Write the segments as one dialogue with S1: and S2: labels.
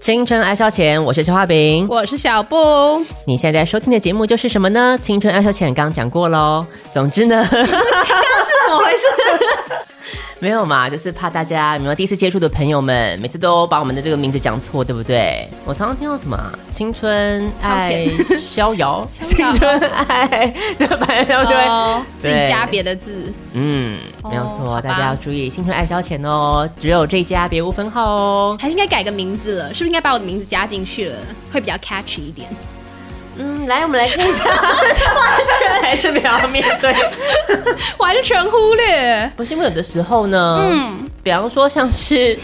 S1: 青春爱消遣，我是邱画饼。
S2: 我是小布，
S1: 你现在收听的节目就是什么呢？青春爱消遣刚讲过喽。总之呢，
S2: 怎么回事？
S1: 没有嘛，就是怕大家有没有第一次接触的朋友们，每次都把我们的这个名字讲错，对不对？我常常听到什么啊青春爱逍遥， 青春爱，这反正对
S2: 哦，自己
S1: 对
S2: 加别的字，
S1: 嗯，没有
S2: 哦
S1: 错，
S2: 好吧
S1: 大家要注意青春爱消遣哦，只有这家别无分号哦。
S2: 还是应该改个名字了？是不是应该把我的名字加进去了，会比较 catchy 一点？
S1: 嗯，来，我们来看一下， 还是不要面对。
S2: 完全忽略，
S1: 不是因为有的时候呢，嗯，比方说像是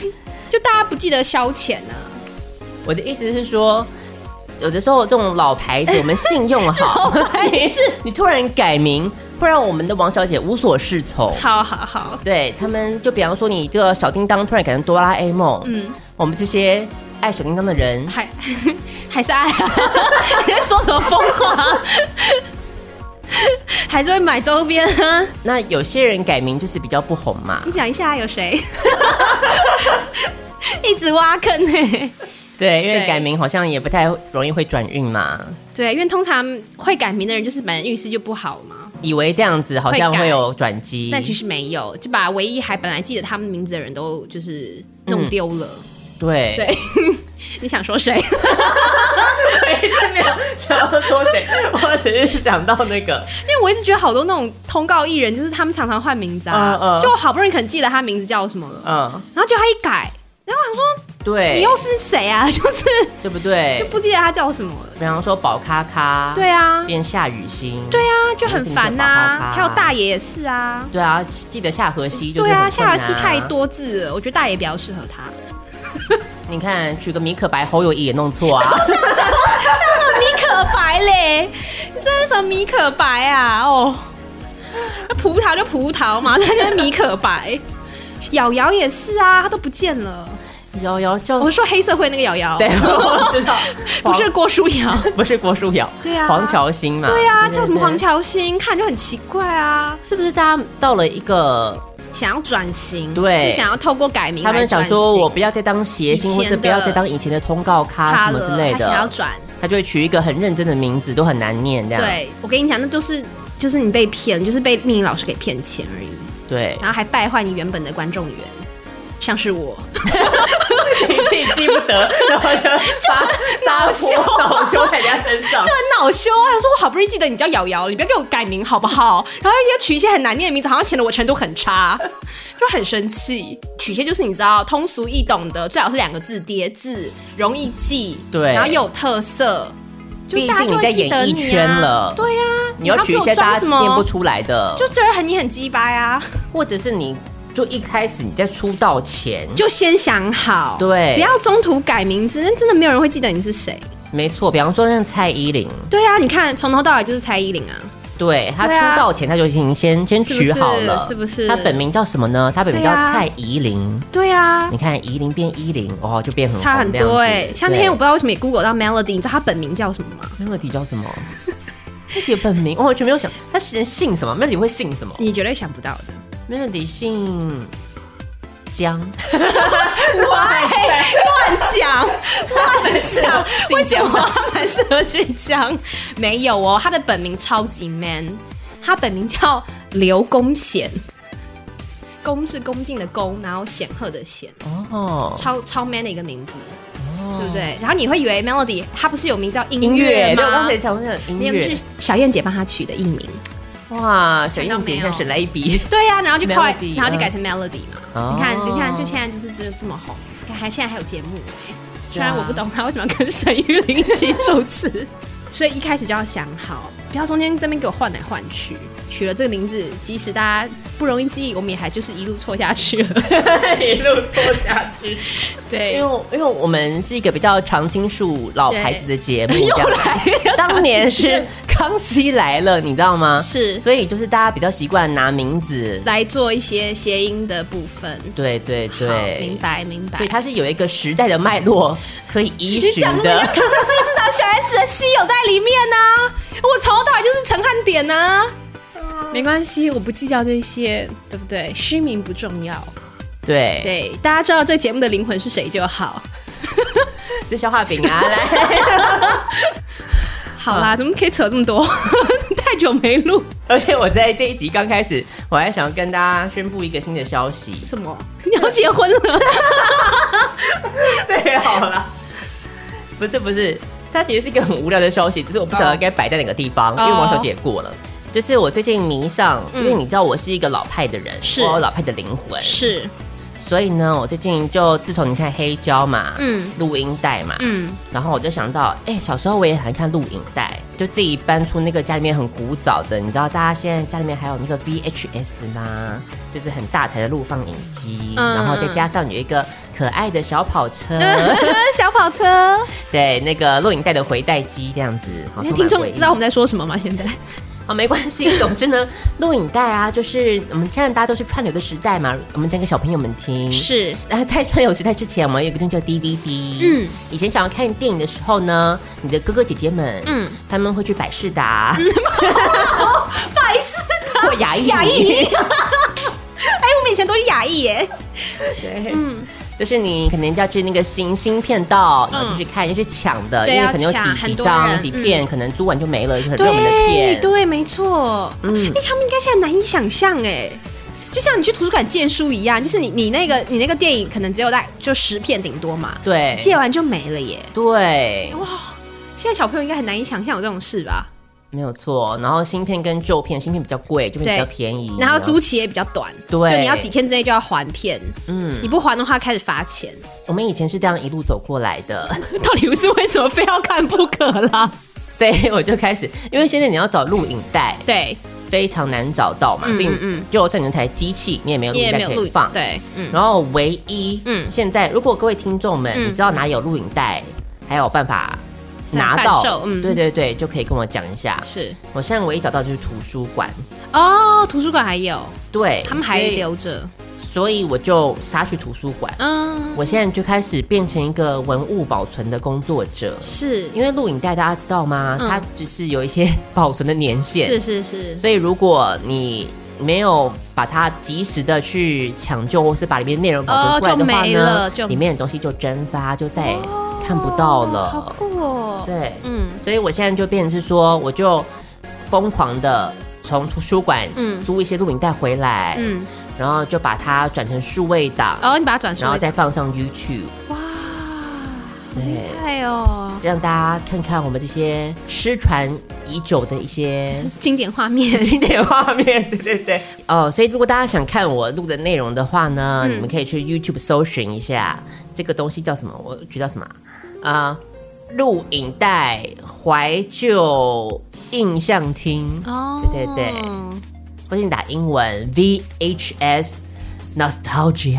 S2: 就大家不记得消遣 呢、
S1: 我的意思是说，有的时候这种老牌子，我们信用
S2: 哦
S1: 好，你你突然改名，不然我们的王小姐无所适从。
S2: 好好好，
S1: 对他们，就比方说你这个小叮当突然改成哆啦 A 梦，嗯
S2: 嗯，
S1: 我们这些爱小叮当的人，
S2: 还 还是爱、啊， 你在说什么疯话？ 还是会买周边啊？
S1: 那有些人改名就是比较不红嘛，
S2: 你讲一下有 谁？一直挖坑欸呢、
S1: 对，因为
S2: 对
S1: 改名好像也不太容易会转运嘛，
S2: 对，因为通常会改名的人就是本来运势就不好嘛，
S1: 以为这样子好像会有转机，
S2: 但其实没有，就把唯一还本来记得他们名字的人都就是
S1: 嗯
S2: 弄丢了。
S1: 对
S2: 对， 你想说谁？
S1: 一直没有 想要说谁，我只是想到那个，
S2: 因为我一直觉得好多那种通告艺人，就是他们常常换名字啊，
S1: 嗯嗯
S2: 就我好不容易可能记得他名字叫什么了，
S1: 嗯，
S2: 然后就他一改，然后我想说你
S1: 对，
S2: 又是谁啊？ 就是
S1: 对不
S2: 就
S1: 对？
S2: 不记得他叫什么了。
S1: 比方说宝咖咖，
S2: 对啊，
S1: 变夏雨欣，
S2: 对啊，就
S1: 哎
S2: 很烦呐、
S1: 你怎么把它
S2: 还有大爷也是啊。
S1: 对啊，记得夏荷西就是
S2: 对
S1: 很
S2: 啊，
S1: 困
S2: 夏
S1: 难
S2: 尔西太。多字了，我觉得大爷比较适合他。
S1: 你看，取个米可白侯友谊也弄错 啊，
S2: 米可白嘞，你这是什么米可白啊？哦，那葡萄就葡萄嘛，这就是米可白。瑶瑶也是啊，她都不见了。
S1: 瑶瑶叫
S2: 我是说黑社会那个瑶瑶，
S1: 对，我知道，
S2: 不是郭书瑶。
S1: 黄不是郭书瑶，
S2: 对啊
S1: 黄乔欣嘛，
S2: 对啊，叫什么黄
S1: 乔？
S2: 乔欣，看就很奇怪啊。
S1: 是不是大家到了一个
S2: 想要转型，
S1: 对
S2: 就想要透过改名
S1: 他
S2: 来
S1: 们
S2: 转
S1: 想
S2: 型。
S1: 说我不要再当谐星，
S2: 以
S1: 或
S2: 前
S1: 是
S2: 的
S1: 不要再当以前的通告咖
S2: 塌
S1: 什么之类
S2: 了，他想要
S1: 的，
S2: 转。
S1: 他就会取一个很认真的名字，都很难念这样。
S2: 对，啊我跟你讲，那就是就是你被骗，就是被命运老师给骗钱而已。
S1: 对，
S2: 然后还败坏你原本的观众缘，像是我，
S1: 你自己记不得，然后就把撒
S2: 恼羞
S1: 火恼羞在人家身 上。
S2: 很恼羞啊！我说我好不容易记得你叫瑶瑶，你不要给我改名好不好？ 然后要取一些很难念的名字，好像显得我程度很差， 就很生气。取一些就是你知道通俗易懂的，最好是两个字叠字，容易记，
S1: 对
S2: 然后又有特色。就
S1: 毕
S2: 大家
S1: 竟
S2: 就
S1: 你在
S2: 会记得
S1: 演艺
S2: 你啊
S1: 圈了
S2: 对呀、啊，
S1: 你要取一些大家念不，出来的，
S2: 就觉得很你很鸡 巴呀，
S1: 或者是你就一开始你在出道前，
S2: 就先想好，
S1: 对
S2: 不要中途改名字，那真的没有人会记得你是谁。
S1: 没错，比方说像蔡依林，
S2: 对啊，你看从头到尾就是蔡依林啊，
S1: 对她
S2: 对啊
S1: 出道前她就已经先先
S2: 是不
S1: 取
S2: 是
S1: 好了，啊
S2: 是不是
S1: 她本名叫什么呢？她本名
S2: 对
S1: 叫
S2: 啊
S1: 蔡依林。
S2: 对啊
S1: 你，看依林变依林，哇，就变很
S2: 差很多哎、
S1: 哎。
S2: 像那天我不知道为什么也 Google 到 Melody，你知道她本名叫什么吗？
S1: 对 Melody 叫什么？那个本名我完全没有想，她人姓什么？Melody 会姓什么
S2: 你绝对想不到的。
S1: ？Melody 姓江，
S2: 喂，哎乱讲，乱讲，为什么她蛮适合姓江？没有哦，她的本名超级 man，她本名叫刘公显，公是恭敬的恭，然后显赫的显，
S1: 哦，
S2: 超超 man 的一个名字。对不对？然后你会以为 Melody 她不是有名叫哦音乐
S1: 对，我
S2: 吗
S1: 刚？才讲的音
S2: 那个
S1: 乐
S2: 是，小燕姐帮她取的艺名。
S1: 哇，小燕姐一下
S2: 看到没有
S1: 省来一笔，
S2: 对呀、然后就后来
S1: Melody，
S2: 然后就改成 melody 嘛。
S1: 哦
S2: 你看，你看，就现在就是这这么红，你看还现在还有节目哎、虽
S1: 对啊
S2: 然我不懂他为什么要跟沈玉琳一起 主持，所以一开始就要想好，不要中间这边给我换来换去。取了这个名字，即使大家不容易记忆，我们也还就是一路错下去了。
S1: 一路做下去。因
S2: 对，
S1: 为因为我们是一个比较常青树老牌子的节 目，这样
S2: 来
S1: 当年是康熙来了，你知道吗？
S2: 是
S1: 所以就是大家比较习惯拿名字，
S2: 来做一些谐音的部分。
S1: 对对
S2: 好
S1: 对，
S2: 明。白明白。
S1: 所以它是有一个时代的脉络可以依
S2: 你
S1: 循
S2: 讲那么
S1: 的
S2: 康，熙至少小 S 的 C 有在里面呢、我从头到尾就是陈汉典啊呢、 没关系，我不计较这些，对不对？虚名不重要，哎
S1: 对。
S2: 对，大家知道这节目的灵魂是谁就好。
S1: 吃消化饼啊，来。
S2: 好啦，怎么可以扯这么多？ 太久没录
S1: 而且我在这一集刚开始，我还想跟大家宣布一个新的消息，
S2: 什么？你要结婚了？
S1: 最好了。不是不是，它其实是一个很无聊的消息，只是我不晓得
S2: 哦
S1: 该摆在哪个地方，
S2: 哦嗯
S1: 因为王小姐也过了。就是我最近迷上，因为你知道我是一个老派的人，
S2: 是
S1: 我有老派的灵魂，
S2: 是，
S1: 所以呢，我最近就自从你看黑胶嘛，
S2: 嗯
S1: 录音带嘛，
S2: 嗯，
S1: 然后我就想到，哎、小时候我也很爱看录影带，就自己搬出那个家里面很古早的，你知道大家现在家里面还有那个 VHS 吗？就是很大台的录放影机，
S2: 嗯
S1: 然后再加上有一个可爱的小跑 车，
S2: 小跑车。
S1: 对，那个录影带的回带机这样子。好
S2: 那听众知道我们在说什么吗？现在
S1: 啊、哦，没关 系。总之呢，录影带啊，就是我们现在大家都是串流的时代嘛，我们讲给小朋友们听。
S2: 是
S1: 然后在川流时代之前，我们有一个东西叫 DVD。
S2: 嗯，
S1: 以前想要看电影的时候呢，你的哥哥姐姐们，嗯
S2: 嗯，
S1: 他们会去百事达、
S2: 百事达，
S1: 或 雅艺，
S2: 雅艺，哎，我们以前都是雅艺耶。
S1: 对，嗯。就是你可能要去那个行星片道，然后就去看，要去抢的，
S2: 嗯对
S1: 因为
S2: 要
S1: 可能有几
S2: 抢
S1: 几
S2: 很多
S1: 张
S2: 人
S1: 几
S2: 嗯
S1: 片，可能租完就没了，就很热门的
S2: 对
S1: 片。
S2: 对，没错。
S1: 嗯
S2: 嗯，哎，他们应该现在难以想象哎。就像你去图书馆借书一样，就是你你那个你那个电影可能只有在就十片顶多嘛，
S1: 对
S2: 借完就没了耶！
S1: 对，
S2: 哇，现在小朋友应该很难以想象有这种事吧？
S1: 没有错。然后新片跟旧片，新片比较贵，旧片比较
S2: 对
S1: 便宜。
S2: 然后租期也比较短，
S1: 啊对
S2: 就你要几天之内就要还片，
S1: 嗯，
S2: 你不还的话开始罚钱。
S1: 我们以前是这样一路走过来的。
S2: 到底是为什么非要看不可啦？
S1: 所以我就开始，因为现在你要找录影带
S2: 对，
S1: 非常难找到嘛，
S2: 嗯
S1: 所以
S2: 嗯嗯
S1: 就算你那台机器，你也没有录
S2: 你
S1: 影
S2: 也没
S1: 带
S2: 有
S1: 可
S2: 录
S1: 以放。。
S2: 对，嗯，
S1: 然后唯一，嗯，
S2: 嗯
S1: 现在如果各位听众们，
S2: 嗯
S1: 你知道哪里有录影带，还有办法拿
S2: 贩
S1: 到
S2: 售，嗯
S1: 对对对，就可以跟我讲一下。
S2: 是
S1: 我现在唯一找到就是图书馆，
S2: 哦，图书馆还有，
S1: 对，
S2: 他们还
S1: 所以，
S2: 留着，
S1: 所以我就杀去图书馆。
S2: 嗯，
S1: 我现在就开始变成一个文物保存的工作者，
S2: 是
S1: 因为录影带大家知道吗？
S2: 嗯
S1: 它就是有一些保存的年限，
S2: 是是是，
S1: 所以如果你没有把它及时的去抢救，或是把里面内容保存出来的话
S2: 哦就没
S1: 呢
S2: 了，就
S1: 里面的东西就蒸发，就再也看不到
S2: 哦好
S1: 了。
S2: 酷哦，
S1: 对，
S2: 嗯，
S1: 所以我现在就变成是说，我就疯狂的从图书馆
S2: 嗯
S1: 租一些录影带回来，
S2: 嗯，
S1: 然后就把它转成数位档，
S2: 哦，你把它转出
S1: 然后
S2: 来，
S1: 再放上 YouTube，
S2: 哇，好厉
S1: 对
S2: 害哦，
S1: 让大家看看我们这些失传已久的一 些
S2: 经典画面，
S1: 经典画 面，对对对。哦，所以如果大家想看我录的内容的话呢，
S2: 嗯
S1: 你们可以去 YouTube 搜寻一下这个东西叫什么，我觉得叫什么啊啊？录、影带怀旧印象厅，
S2: 哦，
S1: 对对对或是你打英文 VHS Nostalgia，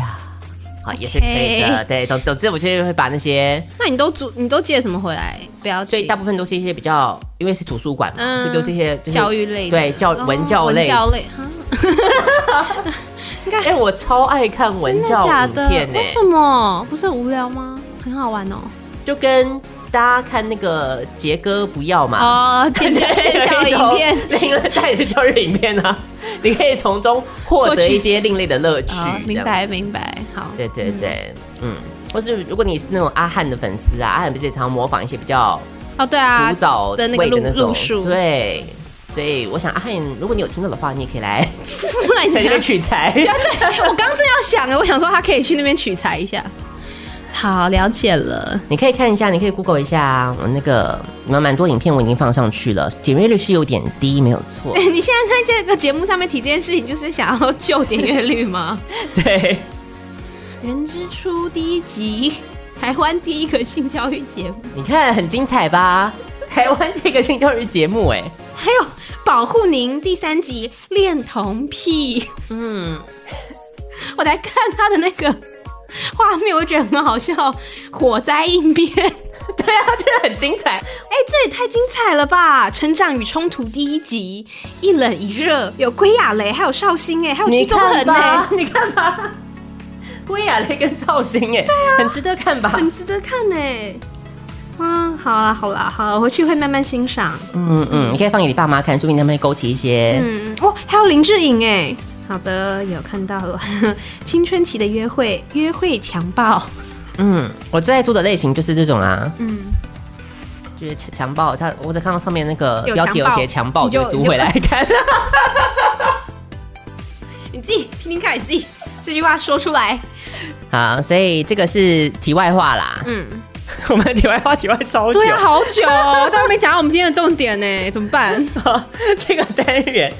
S1: 好也是可以的。对，总总之我就是会把那些，
S2: 那你都租，你都借什么回来？不要借，
S1: 所以大部分都是一些比较，因为是图书馆嘛，
S2: 嗯
S1: 所以都是一些、就是、
S2: 教育类的
S1: 对教
S2: 哦
S1: 文教类
S2: 文教类啊哈。
S1: 哎、我超爱看文
S2: 真的
S1: 教
S2: 假
S1: 影
S2: 的？
S1: 片欸呢、
S2: 为什么？不是很无聊吗？很好玩哦！
S1: 就跟大家看那个杰哥不要嘛，
S2: 哦，尖叫尖叫影片，
S1: 另类，它也是教育影片啊， 你可以从中获得一些另类的乐趣
S2: 哦，，
S1: 这
S2: 明
S1: 样？
S2: 白明白，好，
S1: 对对对，嗯。或是如果你是那种阿汉的粉丝啊，阿汉不是也常模仿一些比较
S2: 哦对
S1: 古
S2: 啊
S1: 早
S2: 的那个
S1: 味
S2: 路
S1: 那种
S2: 路数，
S1: 对，所以我想阿汉，如果你有听到的话，你也可以来
S2: 不然你
S1: 在这
S2: 想
S1: 边取 材。
S2: 对对，我刚正要想哎，我想说他可以去那边取材一下。好，了解了。
S1: 你可以看一下，你可以 Google 一下我那个蛮蛮多影片，我已经放上去了，点阅率是有点低，没有错。
S2: 哎你现在在这个节目上面提这件事情，就是想要救点阅率吗？
S1: 对，
S2: 人之初第一集，台湾第一个性教育节目，
S1: 你看很精彩吧？台湾这个性教育节目，哎，
S2: 还有保护您第三集恋童癖。
S1: 嗯，
S2: 我来看他的那个画面，我觉得很好笑，火灾应变。哎、
S1: 对啊，真的很精彩。
S2: 这也太精彩了吧！《成长与冲突》第一集，一冷一热，有归亚蕾，还有绍兴，哎，还有屈
S1: 你
S2: 中恒
S1: 看，吧
S2: 哎，，
S1: 你看吧，薇娅蕾跟绍兴，哎，对啊，很值得看吧？
S2: 很值得看哎。哇，好啦好啦好啦，我回去会慢慢欣赏。
S1: 嗯嗯，你可以放给你爸妈看，说不定他们会勾起一些。
S2: 嗯，哦，还有林志颖哎。 好的，有看到了，《青春期的约会》，约会强暴，
S1: 嗯，我最爱做的类型就是这种啊，嗯，就是强强暴。他我只看到上面那个
S2: 有
S1: 标题有
S2: 强暴
S1: 写强暴，
S2: 你就
S1: 就租回 来看。
S2: 你自己听听看，你自己这句话说出来。
S1: 好，所以这个是题外话啦。
S2: 嗯，
S1: 我们题外话题外超久，
S2: 对啊，好久、哦，但我没讲到我们今天的重点呢，怎么 办？
S1: 这个单元，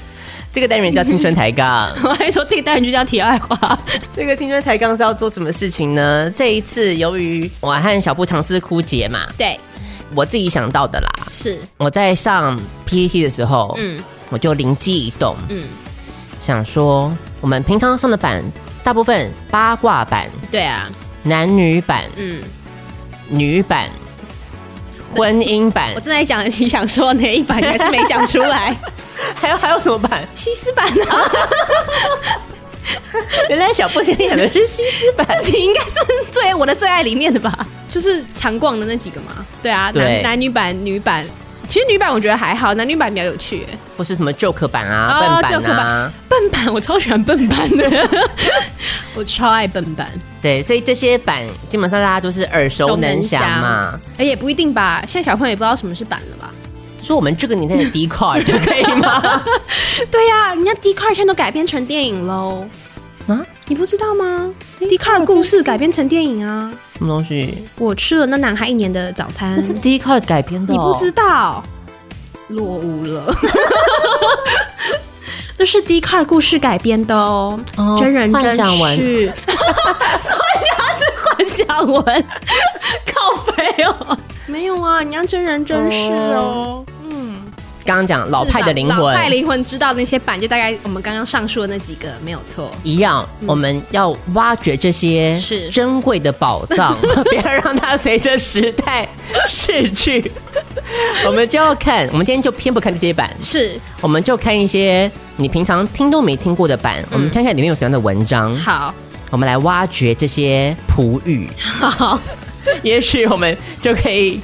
S1: 这个单元叫青春抬杠。
S2: 我还说这个单元就叫题外话。
S1: 这个青春抬杠是要做什么事情呢？这一次由于我和小布尝试枯竭嘛，
S2: 对，
S1: 我自己想到的啦。
S2: 是，
S1: 我在上 PPT 的时候，
S2: 嗯
S1: 我就灵机一动，
S2: 嗯，
S1: 想说我们平常上的版大部分八卦版、
S2: 对啊，
S1: 男女版、
S2: 嗯，
S1: 女版、 婚姻版
S2: 我，正在讲你想说哪一版，你还是没讲出来。
S1: 还有还有什么版？
S2: 西斯版啊，
S1: 原来小布心里想的是西施版。
S2: 你应该是最我的最爱里面的吧？就是常逛的那几个嘛。对啊，
S1: 对
S2: 男男女版、女版。其实女版我觉得还好，男女版比较有趣。哎
S1: 不是什么 joke 版
S2: 哦
S1: 啊、笨
S2: ，joke
S1: 版啊，
S2: 笨版我超喜欢笨版 的，我超爱笨版。
S1: 对，所以这些版基本上大家都是耳熟能详嘛。
S2: 哎，也不一定吧。现在小朋友也不知道什么是版了吧？
S1: 说我们这个年代的 D card 就可以吗？
S2: 对呀、人家 D 卡现在都改编成电影喽，
S1: 啊，
S2: 你不知道吗？D 卡故事改编成电影啊！
S1: 什么东西？
S2: 我吃了那男孩一年的早餐，
S1: 那是 D card 改编的、
S2: 你
S1: 哦，
S2: 不知道，落伍了。 那是 D 卡故事改编的哦，
S1: 哦
S2: 真人真
S1: 幻想文
S2: 事。所以他是幻 想文，靠背哦。没有啊，人家真人真事哦。
S1: 刚刚讲哦老派的灵
S2: 老
S1: 魂
S2: 派灵魂知道那些版，就大概我们刚刚上述的那几个没有错。
S1: 一样，我们要挖掘这些
S2: 是
S1: 珍贵的宝 藏，不要让它随着时代逝去。我们就要看，我们今天就偏不看这些版，
S2: 是
S1: 我们就看一些你平常听都没听过的版，我们看看里面有什么样的文章，
S2: 好，
S1: 我们来挖掘这些璞 玉，
S2: 好，
S1: 也许我们就可以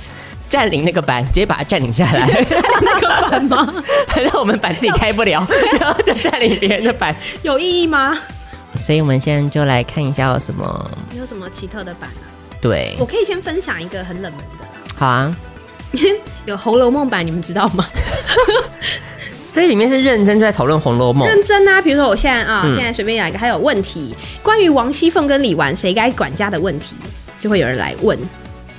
S1: 占领那个版，直接把它占领下来。
S2: 那个 版吗？
S1: 反正我们版自己开不 了，然后就占领别人的版。
S2: 有意义吗？
S1: 所以我们现在就来看一下有什么
S2: 你有什么奇特的版啊？
S1: 对
S2: 我，可以先分享一个很冷门的 啊，
S1: 好啊。
S2: 有《红楼梦》版，你们知道吗？
S1: 所以里面是认真在讨论《红楼梦》
S2: 认真啊，比如说我现在啊，
S1: 嗯
S2: 现在随便讲一个，还有问题关于王熙凤跟李纨谁该管家的问题，就会有人来问，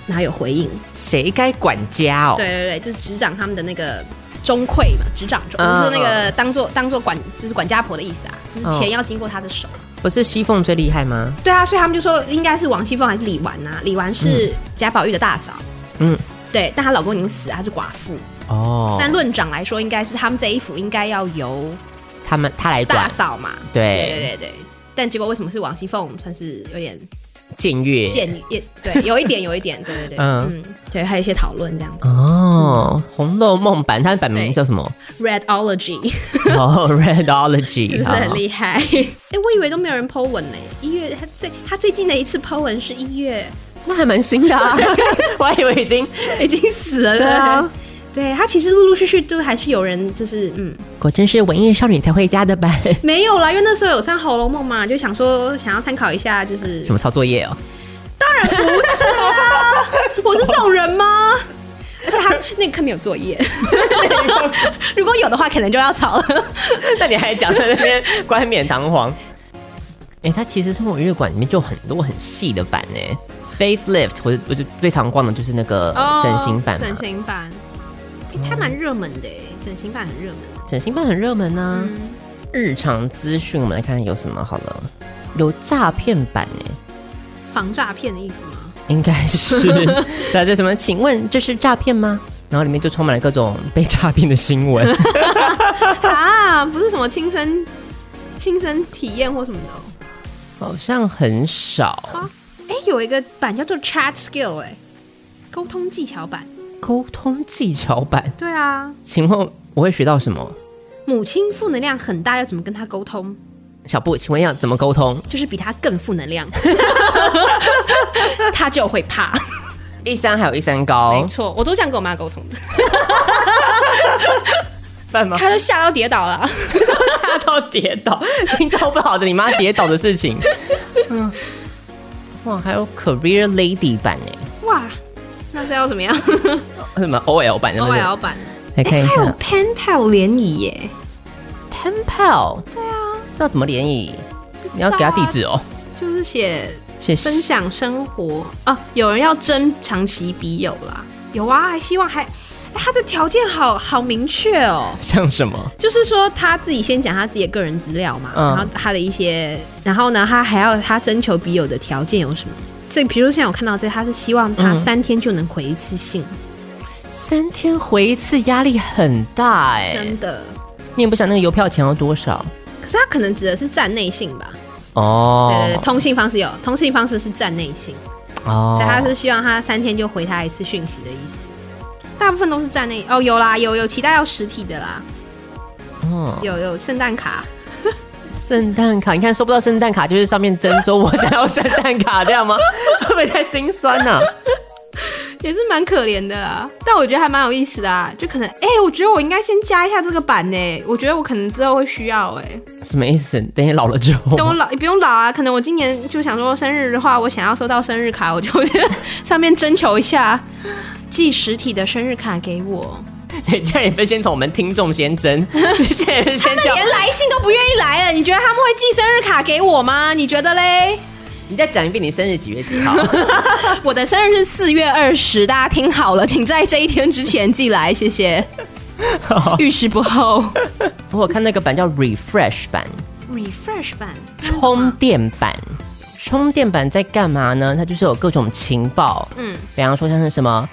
S2: 然后有回应。
S1: 谁该管家哦？
S2: 对对对，就是执掌他们的那个中馈嘛，执掌中、
S1: 嗯
S2: 就是那个当做当做管就是管家婆的意思啊，就是钱要经过他的手。
S1: 不是西凤最厉害吗？
S2: 对啊，所以他们就说应该是王熙凤还是李纨啊？李纨是贾宝玉的大嫂，
S1: 嗯，
S2: 对，但她老公已经死了，她是寡妇。
S1: 哦，
S2: 但论长来说，应该是他们这一府应该要由
S1: 他们他来
S2: 大
S1: 管
S2: 嫂嘛。
S1: 对
S2: 对对对对。但结果为什么是王熙凤？算是有点
S1: 僭越
S2: 见也对，有一点有一点，对对对，
S1: 嗯
S2: 嗯，对，还有一些讨论这样子。
S1: 哦，《红楼梦》版它的版名
S2: 对
S1: 叫什么？
S2: Redology
S1: 哦，Redology，
S2: 是不是
S1: 好
S2: 很厉害？哎、我以为都没有人 Po 文呢、一月他最他最近的一次 Po 文是一月，
S1: 那还蛮新的 啊，我还以为已经
S2: 已经死了。对
S1: 啊
S2: 对他其实陆陆续续都还是有人，就是嗯，
S1: 果真是文艺少女才会加的 版。
S2: 没有啦，因为那时候有上《红楼梦》嘛，就想说想要参考一下，就是
S1: 什么抄作业哦？
S2: 不是啊，我是这种人吗？而且他那个课没有作 业，如果有的话，可能就要吵了。
S1: 那你还讲 在那边冠冕堂皇？哎、它其实生活娱乐馆里面就很多很细的版哎、facelift，我我就最常逛的就是那个哦整形版嘛，啊
S2: 哦整形版，诶它蛮热门的诶，整形版很热门的。
S1: 整形版很热门呢、日常资讯我们来看有什么好了，有诈骗版哎、
S2: 防诈骗的意思吗？
S1: 应该是那这什么？请问这是诈骗吗？然后里面就充满了各种被诈骗的新 闻，
S2: 啊，不是什么亲身亲身体验或什么的哦。
S1: 好像很少
S2: 哎，有一个版叫做 Chat Skill，哎，沟通技巧版。
S1: 沟通技巧版。
S2: 对啊，
S1: 请问我会学到什么？
S2: 母亲负能量很大，要怎么跟她沟通？
S1: 小布，请问要怎么沟通？
S2: 就是比她更负能量， 她就会怕。
S1: 一三还有一三
S2: 没
S1: 高，
S2: 错，我都这样跟我妈沟通的，
S1: 办吗？
S2: 她都吓到跌倒了。
S1: 吓 到跌倒，听到不好的你妈跌倒的事情。嗯，哇，还有 Career Lady 版哎，
S2: 哇，那是要怎么样
S1: 什么 OL 版的
S2: ？O L 版，
S1: 来看一
S2: 还有
S1: 下
S2: Pen Pal 联谊耶，
S1: Pen Pal
S2: 对啊，
S1: 知道怎么联谊？你要给他地址哦，
S2: 就是写
S1: 谢谢
S2: 分。享生活啊，有人要争长期笔友啦，有啊，还希望还。哎他的条件好好明确哦，
S1: 像什么？
S2: 就是说他自己先讲他自己的个人资料嘛，
S1: 嗯
S2: 然后他的一些，然后呢，他还要他征求笔友的条件有什么？这比如说像我看到这，他是希望他
S1: 嗯
S2: 三天就能回一次信，
S1: 三天回一次，压力很大哎、
S2: 真的。
S1: 你也不想那个邮票钱要多少
S2: 可是他可能指的是站内信吧？
S1: 哦？
S2: 对对对，通信方式有，通信方式是站内信，
S1: 哦，
S2: 所以他是希望他三天就回他一次讯息的意思。大部分都是站内哦，有啦，有有期待要实体的啦，
S1: 嗯，
S2: 有有圣诞卡，
S1: 圣诞卡，你看收不到圣诞卡，就是上面征说我想要圣诞卡，这样吗？ 会不会太心酸呢、啊？
S2: 也是蛮可怜的啊。但我觉得还蛮有意思的啊，就可能哎、我觉得我应该先加一下这个版呢，我觉得我可能之后会需要哎、
S1: 什么意思？等你老了之后吗，
S2: 等我老也不用老啊，可能我今年就想说生日的话，我想要收到生日卡，我就上面征求一下，寄实体的生日卡给我。
S1: 你这样也被先从我们听众先 征，你这样也被先叫。
S2: 连来信都不愿意来了，你觉得他们会寄生日卡给我吗？你觉得嘞？
S1: 你再讲一遍你生日几月几号？
S2: 我的生日是四月二十，大家听好了，请在这一天之前寄来，谢谢。遇事不候。
S1: 我有看那个版叫 Refresh 版，
S2: Refresh 版，
S1: 充电版。充电版在干嘛呢？它就是有各种情报，
S2: 嗯，
S1: 比方说像是什么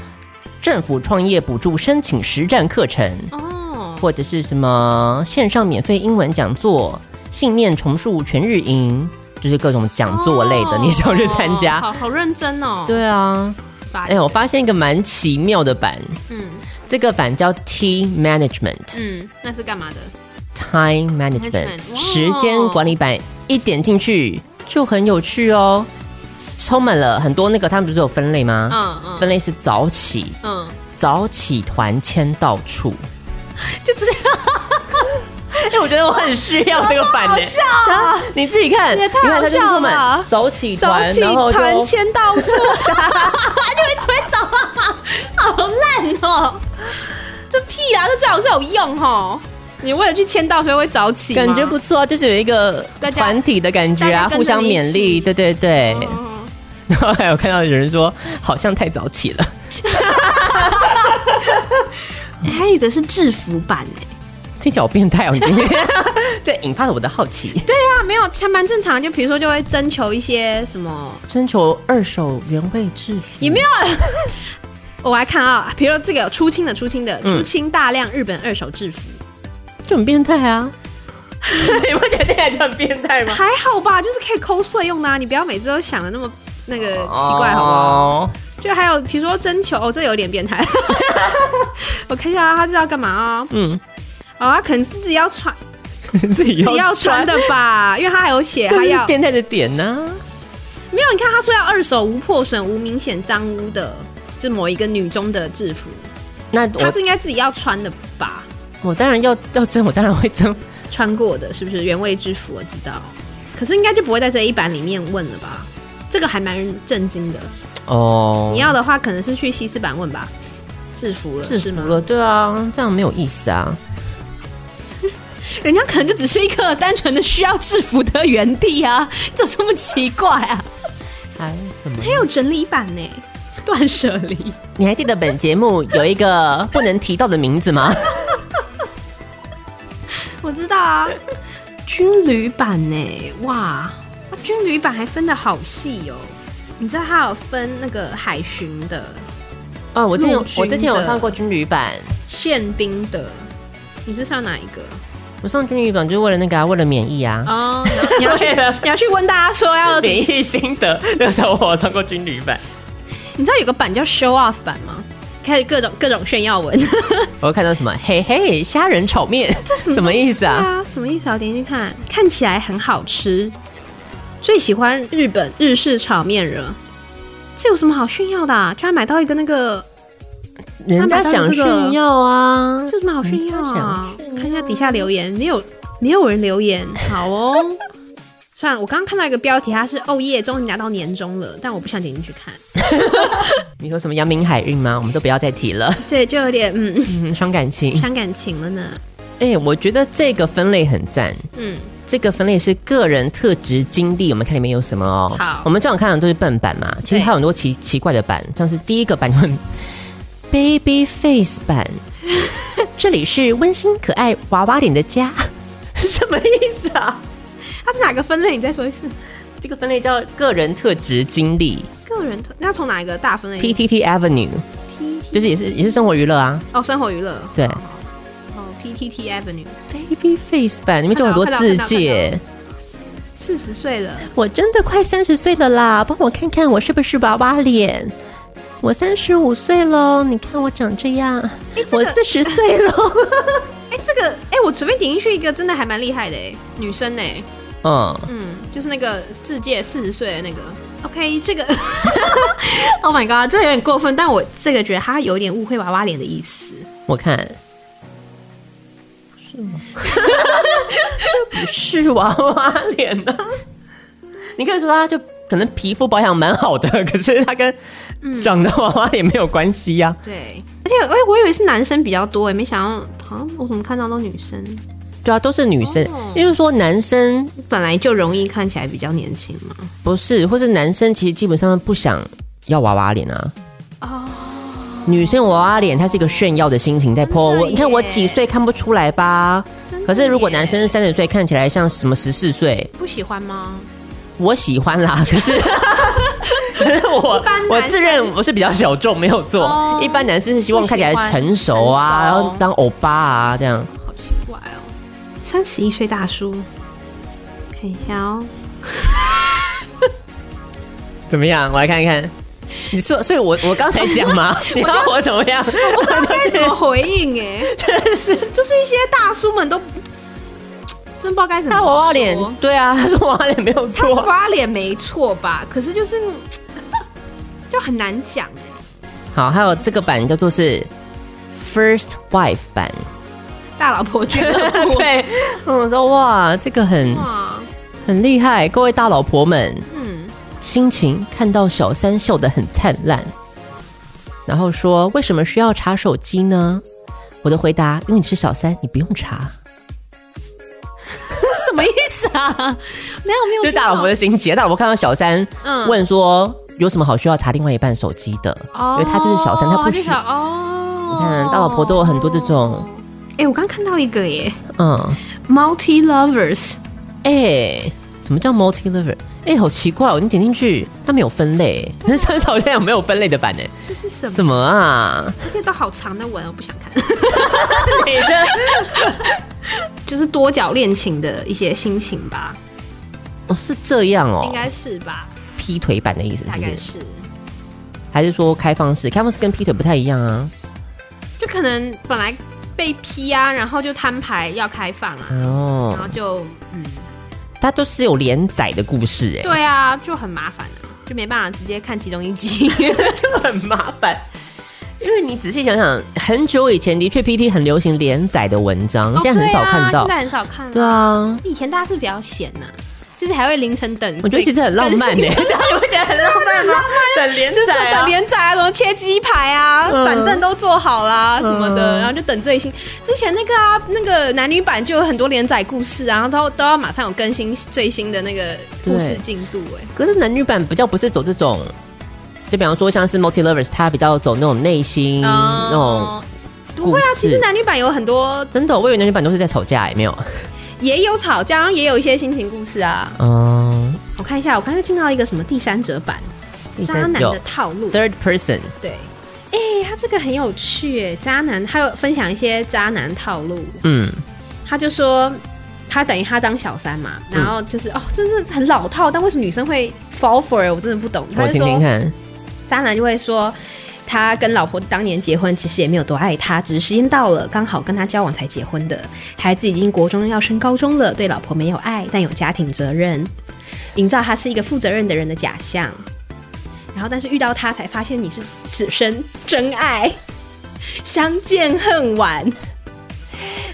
S1: 政府创业补助申请实战课程，
S2: 哦，
S1: 或者是什么线上免费英文讲座、信念重塑全日营，就是各种讲座类的，你想去参加？
S2: 哦好好认真哦。，
S1: 对啊，
S2: 发
S1: 哎、我发现一个蛮奇妙的版，
S2: 嗯
S1: 这个版叫 T Management、
S2: 嗯，那是干嘛的？
S1: Time Management
S2: Management，哇
S1: 时间管理版，一点进去就很有趣哦，充满了很多那个他们不是有分类吗？
S2: 嗯
S1: 分
S2: 嗯
S1: 类是早起，
S2: 嗯，
S1: 早起团签到 处。
S2: 就这样，
S1: 哎、我觉得我很需要这个版呢、啊你自己看，
S2: 也太
S1: 你看
S2: 好
S1: 他就是
S2: 笑
S1: 充满
S2: 了
S1: 早起
S2: 早
S1: 团，
S2: 起
S1: 然后就
S2: 团签 到处，就会推早，好烂哦！这屁啊，这最好是有用哦。你为了去签到，所以会早起吗，
S1: 感觉不错啊，就是有一个
S2: 大家
S1: 团体的感觉
S2: 大
S1: 啊，
S2: 家跟着
S1: 互相勉
S2: 你一起
S1: 励，对对对。
S2: 嗯
S1: 然后还有看到有人说，好像太早起了。
S2: 哎还有的是制服版哎，
S1: 听起来好变态哦！你 今天对引发了我的好奇，
S2: 对啊，没有还蛮正常的。就比如说，就会征求一些什么
S1: 征求二手原味制服，
S2: 也没有。我来看啊，比如说这个有出清的、出清的、
S1: 嗯
S2: 出清大量日本二手制服，
S1: 就很变态啊！ 你不觉得听起来就很变 态吗？
S2: 还好吧，就是可以抠碎用的、啊。你不要每次都想的那么那个奇怪，好不好？
S1: 哦？
S2: 就还有比如说征求，哦，这有点变态。 我看一下啊他知道干嘛啊、哦？
S1: 嗯，
S2: 他可能是自己要穿，
S1: 自己
S2: 自己要穿的吧，因为他 还有写
S1: 这
S2: 他
S1: 是
S2: 要
S1: 变态的点呢、
S2: 没有？你看他说要二手无破损、无明显脏污的，就某一个女中的制服，
S1: 那
S2: 他
S1: 我
S2: 是应该自己要穿的吧？
S1: 我当然要要争，我当然会争。
S2: 穿过的，是不是原味制服？我知道，可是应该就不会在这一版里面问了吧？这个还蛮震惊的。
S1: 哦，
S2: 你要的话，可能是去西斯版问吧。制服了
S1: 制
S2: 是
S1: 服
S2: 吗？
S1: 了，对啊，这样没有意思啊。
S2: 人家可能就只是一个单纯的需要制服的原地啊， 这有这么奇怪啊？
S1: 还有什么？
S2: 还有整理版呢，断舍离。
S1: 你还记得本节目有一个不能提到的名字 吗？
S2: 我知道啊，军旅版呢，哇，那军旅版还分的好细哦。你知道它有分那个海巡的、
S1: 啊，我之前有
S2: 陆军的
S1: 我之前有上过军旅版，
S2: 宪兵的，你是上哪一个？
S1: 我上军旅版就是为了那个、啊，为了免疫啊，
S2: 哦， 你要去
S1: 为了，
S2: 你要去问大家说要，
S1: 哦免疫心得。那时候我上过军旅版，
S2: 你知道有个版叫 show off 版吗？开始各种各种炫耀文，
S1: 我看到什么嘿嘿虾仁炒面，这
S2: 什么
S1: 什么意思
S2: 对
S1: 啊？
S2: 啊，什么意思啊？我点进去看，看起来很好吃，最喜欢日本日式炒面了。这有什么好炫耀的、啊？居然买到一个那个，啊
S1: 人家想炫耀啊，
S2: 这有什么好炫耀
S1: 人家想
S2: 啊
S1: 炫？耀
S2: 看一下底下留言，没有没有人留言，好哦。虽然我刚刚看到一个标题，它是“哦耶，终于拿到年终了”，但我不想点进去看。
S1: 你说什么阳明海运吗？我们都不要再提了，
S2: 对，就有点嗯
S1: 嗯伤感情。
S2: 伤感情了呢。
S1: 哎、我觉得这个分类很赞。
S2: 嗯，
S1: 这个分类是个人特质经历，我们看里面有什么哦。
S2: 好
S1: 我们这样看的都是笨版嘛，其实还有很多奇奇怪的版，像是第一个版就很 baby face 版，这里是温馨可爱娃娃脸的家， 什么意思啊？
S2: 它是哪个分类？你再说一次。
S1: 这个分类叫个人特质经历
S2: 个人特，那从哪一个大分类
S1: （P T T Avenue），
S2: P T
S1: 就是也是也是生活娱乐啊。
S2: 哦，生活娱乐。
S1: 对
S2: 好好好哦，P T T Avenue，
S1: Baby Face 版里面就有很多
S2: 看到
S1: 字
S2: 看到
S1: 界，
S2: 四十岁了，
S1: 我真的快三十岁了啦，帮我看看我是不是娃娃脸。我三十五岁喽，你看我长哎这样。
S2: 个
S1: 我四十岁喽。
S2: 哎、这个哎、我随便点进去一个，真的还蛮厉害的哎，女生哎，
S1: 嗯，
S2: 嗯，就是那个自介四十岁的那个。OK，这个 ，Oh my god，这有点过分，但我这个觉得他有点误会娃娃脸的意思。
S1: 我看是吗？这不是娃娃脸呢、你可以说他就可能皮肤保养蛮好的，可是他跟长得娃娃脸没有关系呀、
S2: 对，而且哎、我以为是男生比较多哎，没想到好像我怎么看到都女生，
S1: 对啊，都是女生，
S2: 哦
S1: 也就是说男生
S2: 本来就容易看起来比较年轻嘛。
S1: 不是，或是男生其实基本上不想要娃娃脸啊。
S2: 哦，
S1: 女生娃娃脸，它是一个炫耀的心情在泼
S2: 真的
S1: 我。
S2: 耶
S1: 你看我几岁看不出来吧？
S2: 真的
S1: 可是如果
S2: 耶
S1: 男生三十岁看起来像什么十四岁，
S2: 不喜欢吗？
S1: 我喜欢啦。 可是，可是我
S2: 般男生
S1: 我自认我是比较小众，没有做。
S2: 哦
S1: 一般男生是希望看起来
S2: 不喜欢
S1: 成熟啊，
S2: 成熟
S1: 然后当欧巴啊这样。
S2: 好奇怪哦，三十一岁大叔，看一下哦。
S1: 怎么样？我来看一看。你说，所以我我刚才讲 嘛，你要我怎么样？
S2: 该怎么回应、哎， 真是，就是一些大叔们都真不知道该怎么
S1: 他
S2: 说。
S1: 娃娃脸，对啊，他说娃娃脸没有
S2: 他是
S1: 错
S2: 娃
S1: 啊。
S2: 娃脸没错吧？可是就是就很难讲哎、
S1: 好，还有这个版叫做是 First Wife 版。
S2: 大老婆俱乐 部。
S1: 对，我说哇，这个很
S2: 哇，
S1: 很厉害，各位大老婆们，
S2: 嗯，
S1: 心情看到小三笑得很灿烂，然后说为什么需要查手机呢？我的回答，因为你是小三，你不用查，
S2: 什么意思啊？没有没有，
S1: 就是大老婆的心结。大老婆看到小三
S2: 嗯
S1: 问说。有什么好需要查另外一半手机的？
S2: 哦，
S1: 因为他就是小三，他不需
S2: 就。小哦。
S1: 你看，大老婆都有很多这种，
S2: 哎、我刚看到一个耶
S1: 嗯，
S2: ，multi lovers，
S1: 哎、什么叫 multi lover？哎、好奇怪哦！你点进去，它没有分类， 很少好像有没有分类的版呢？
S2: 这是什么？
S1: 什么啊？
S2: 这些都好长的文，我不想 看。
S1: 你这
S2: 就是多角恋情的一些心情吧，
S1: 哦是这样哦，
S2: 应该是吧，
S1: 劈腿版的意思
S2: 大
S1: 是不
S2: 概
S1: 是？
S2: 是，
S1: 还是说开放式？开放式跟劈腿不太一样啊。
S2: 就可能本来被批啊，然后就摊牌要开放啊，然
S1: 哦
S2: 后，就嗯，
S1: 它都是有连载的故事 哎，
S2: 对啊，就很麻烦啊，就没办法直接看其中一集，
S1: 就很麻烦。因为你仔细想想，很久以前的确 PT 很流行连载的文章，现在很少看
S2: 哦
S1: 到
S2: 对啊现。在很少看、
S1: 对，啊，
S2: 以前大家是比较闲呐、就是还会凌晨等，
S1: 我觉得其实很浪 漫 哎，大家不觉得很浪漫吗？啊等连
S2: 啊就是
S1: 载
S2: 等
S1: 啊，
S2: 连载啊，什么切鸡排啊，
S1: 嗯
S2: 板凳都做好啦什么
S1: 嗯
S2: 的，然后就等最新。之前那个啊，那个男女版就有很多连载故事啊，然后都都要马上有更新最新的那个故事进度、哎，
S1: 可是男女版比较不是走这种，就比方说像是 Multi Lovers，它比较走那种内心那种。
S2: 哦不会啊
S1: 故，事
S2: 其实男女版有很多，
S1: 真的，我以为男女版都是在吵架，也没有。
S2: 也有吵架，然后也有一些心情故事啊。
S1: 嗯，
S2: 我看一下，我刚才进到一个什么第三者版，
S1: 第
S2: 渣男
S1: 三
S2: 的
S1: 有
S2: 套路。
S1: third person，
S2: 对，哎、他这个很有趣耶，渣男，他有分享一些渣男套路。
S1: 嗯，
S2: 他就说他等于他当小三嘛，
S1: 嗯
S2: 然后就是、哦，真的是很老套，但为什么女生会 fall for it？我真的不懂。他
S1: 我
S2: 就
S1: 听听
S2: 说
S1: 看。
S2: 渣男就会说。他跟老婆当年结婚，其实也没有多爱他，只是时间到了，刚好跟他交往才结婚的。孩子已经国中要升高中了，对老婆没有爱，但有家庭责任，营造他是一个负责任的人的假象。然后，但是遇到他才发现你是此生真爱，相见恨晚。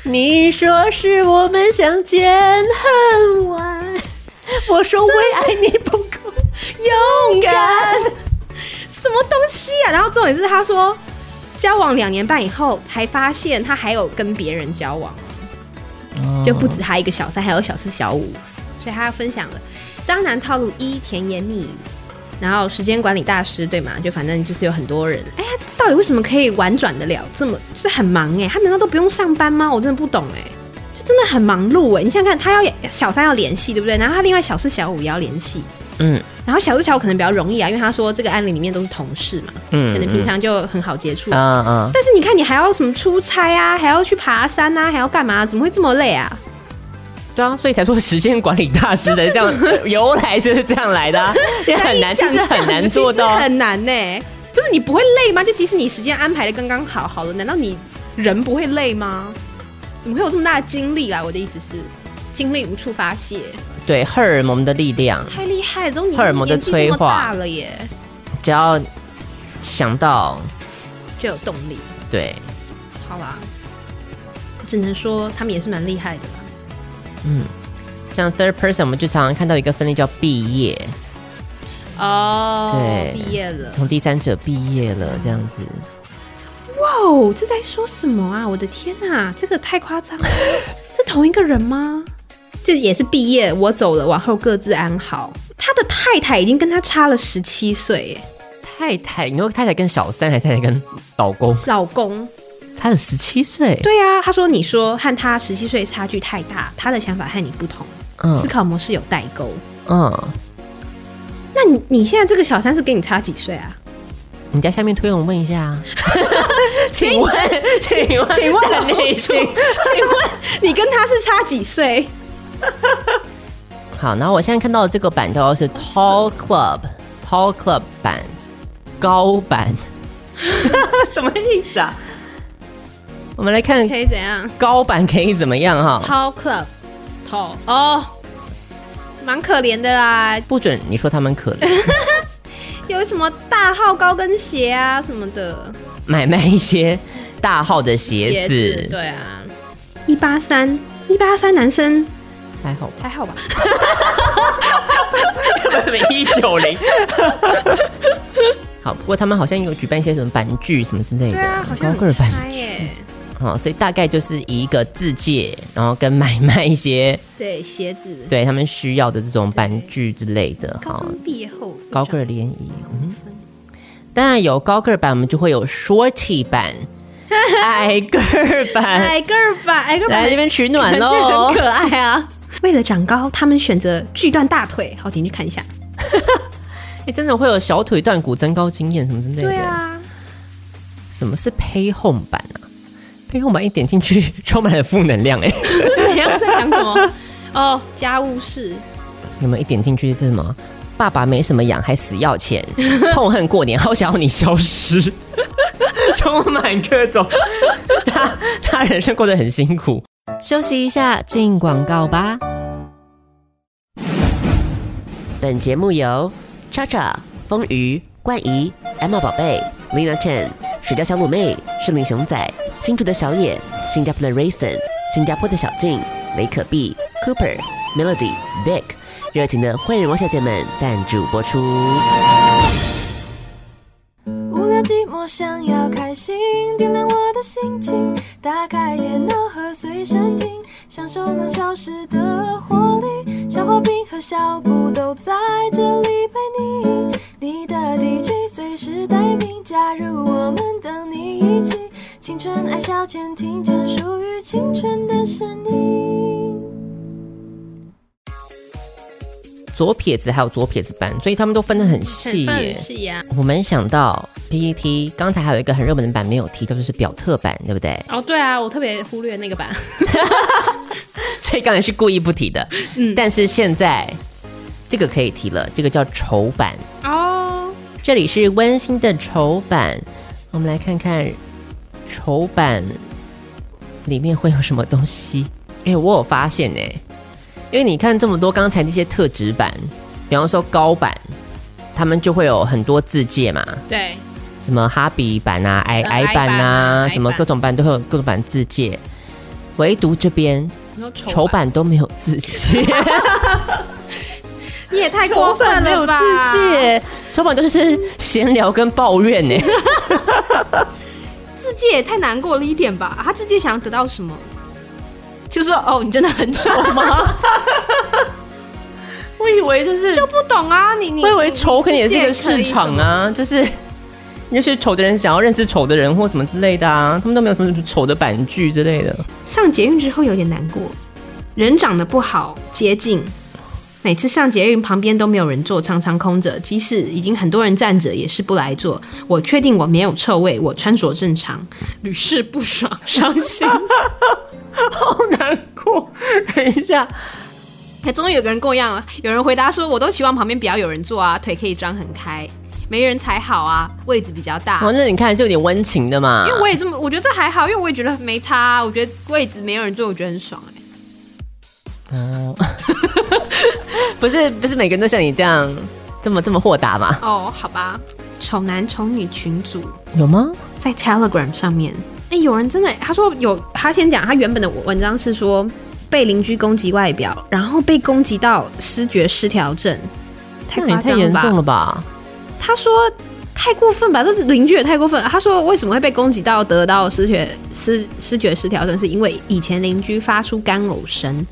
S1: 你说是我们相见恨晚，我说为爱你不够
S2: 勇敢，什么东西啊？然后重点是他说，交往两年半以后，还发现他还有跟别人交往，就不止他一个小三，还有小四、小五。所以他分享了渣男套路一：甜言蜜语。然后时间管理大师对吗？就反正就是有很多人，哎呀，到底为什么可以婉转得了这么，就是很忙哎、他难道都不用上班吗？我真的不懂哎、就真的很忙碌哎、你想想看，他要小三要联系对不对？然后他另外小四小五也要联系，
S1: 嗯
S2: 然后小四小五可能比较容易啊，因为他说这个案例里面都是同事嘛，
S1: 嗯
S2: 可能平常就很好接触。
S1: 嗯嗯，
S2: 但是你看，你还要什么出差啊，还要去爬山啊，还要干嘛？怎么会这么累啊？
S1: 对啊，所以才说时间管理大师 的这样由来就是这样来的啊，也很难，
S2: 但
S1: 就
S2: 你
S1: 是
S2: 想象
S1: 很难做
S2: 其
S1: 到
S2: 实。很难呢、不是你不会累吗？就即使你时间安排的刚刚好，好了，难道你人不会累吗？怎么会有这么大的精力啊？我的意思是，精力无处发泄，
S1: 对荷尔蒙的力量，
S2: 太厉害了！这种
S1: 荷尔蒙的
S2: 年纪这么
S1: 催化
S2: 大了耶，
S1: 只要想到
S2: 就有动力。
S1: 对，
S2: 好啦，只能说他们也是蛮厉害的啦。
S1: 像 third person，我们就常常看到一个分类叫毕业，
S2: 哦
S1: 对，
S2: 毕业了，
S1: 从第三者毕业了这样子。
S2: 哇哦，这在说什么啊？我的天哪、这个太夸 张了，是同一个人吗？这也是毕业，我走了，往后各自安好。他的太太已经跟他差了十七岁耶，
S1: 太太，你说太太跟小三，还是太太跟老公，
S2: 老公。
S1: 差了十七岁。
S2: 对啊，他说你说和他十七岁差距太大，他的想法和你不同，
S1: 嗯
S2: 思考模式有代沟。
S1: 嗯，
S2: 那你你现在这个小三是跟你差几岁啊？
S1: 你在下面推文问一下啊。 请问，请问，
S2: 请 问
S1: 在哪一
S2: 请
S1: 处？
S2: 请问你跟他是差几 岁？
S1: 好，然后我现在看到的这个版头啊是 Tall Club Tall Club 版高版，什么意思啊？我们来看
S2: 可以怎样？
S1: 高版可以怎么样哈？
S2: 超 club 头哦，蛮可怜的啦，
S1: 不准你说他们可怜，
S2: 有什么大号高跟鞋啊什么的
S1: 买卖一些大号的鞋子，
S2: 对啊，一八三一八三男生
S1: 还好吧？
S2: 还好吧？
S1: 一九零。 好，不过他们好像有举办一些什么版剧什么之类的，
S2: 对啊，好像
S1: 高个儿版
S2: 很嗨耶，
S1: 好，所以大概就是以一个自介，然后跟买卖一些
S2: 对鞋子
S1: 对他们需要的这种版剧之类的，
S2: 高
S1: 好，
S2: 跟毕业后
S1: 高个儿联谊，嗯，当然有高个儿版，我们就会有 shorty 版、矮个儿版，
S2: 啊矮个儿吧，矮个儿吧
S1: 来这边取暖喽
S2: 很。可爱啊。为了长高，他们选择锯断大腿。好，点去看一下。
S1: 你哎真的会有小腿断骨增高经验什么之类的。
S2: 对啊，
S1: 什么是 pay home 版啊？pay home 版一点进去充满了负能量哎、
S2: 怎样在讲什么？哦，家务事。
S1: 有没有一点进去是什么？爸爸没什么养，还死要 钱，痛恨过年，好想要你消 失，充满各 种。他他人生过得很辛苦。休息一下，进广告吧。本节目由叉叉、风鱼、冠仪、Emma 宝贝、Lina Chen、水饺小卤妹、是林熊仔、新竹的小野、新加坡的 Raisin、新加坡的小静、雷可碧、Cooper、Melody、Vic，热情的坏人王小姐们赞助播出。
S3: 无聊寂寞，想要开心，点亮我的心情。打开电脑和随身听，享受两小时的活力。小花瓶和小布都在这里陪你，你的 DJ 随时待命，加入我们，等你一起。青春爱消遣，听见属于青春的声音。
S1: 左撇子还有左撇子班，所以他们都分得很细耶。
S2: 细呀、
S1: 我们想到 PPT，刚才还有一个很热门的版没有提到，就是表特版，对不对？
S2: 哦，对啊，我特别忽略那个版。
S1: 所以刚才是故意不提的。
S2: 嗯
S1: 但是现在这个可以提了，这个叫丑版，
S2: 哦，
S1: 这里是温馨的丑版。我们来看看丑版里面会有什么东西。 哎、我有发现哎、因为你看这么多刚才那些特质版，比方说高版，他们就会有很多字界嘛，
S2: 对，
S1: 什么哈比版啊、矮
S2: 呃
S1: 矮
S2: 矮
S1: 版
S2: 版啊
S1: 啊，
S2: 矮
S1: 什么
S2: 版
S1: 各种版都会有各种版字界，唯独这边
S2: 你说丑
S1: 丑版都没有字界。
S2: 你也太过分
S1: 没有
S2: 了吧！
S1: 自戒，充满都是闲聊跟抱怨呢。
S2: 自己也太难过了一点吧？他自己想要得到什么？就说哦，你真的很丑吗？
S1: 我以为就是
S2: 就不懂啊，你你
S1: 我以为丑肯定也是一个
S2: 自己也可
S1: 市
S2: 以
S1: 场啊，就是那些丑的人想要认识丑的人或什么之类的啊，他们都没有什么丑的版剧之类的。
S2: 上捷运之后有点难过，人长得不好，接近。每次上捷运旁边都没有人坐，常常空着。即使已经很多人站着，也是不来坐。我确定我没有臭味，我穿着正常，屡试不爽，伤心。
S1: 好难过，等一下，
S2: 哎， 终于有个人过样了。有人回答说：“我都希望旁边不要有人坐啊，腿可以张很开，没人才好啊，位置比较大。
S1: 哦，那你看是有点温情的嘛？
S2: 因为我也这么，我觉得这还好，因为我也觉得没差啊、我觉得位置没有人坐，我觉得很爽哎、
S1: 哦 不是不是每个人都像你这样这么这么豁达嘛？
S2: 哦，好吧，丑男丑女群组
S1: 有吗？
S2: 在 Telegram 上面，哎、有人真的，他说有，他先讲，他原本的文章是说被邻居攻击外表，然后被攻击到失觉失调症，太
S1: 那也
S2: 夸
S1: 太
S2: 张了
S1: 严
S2: 吧？
S1: 重了吧？
S2: 他说太过分吧，这邻居也太过分了。他说为什么会被攻击到得到失觉失失觉失调症，是因为以前邻居发出干呕声，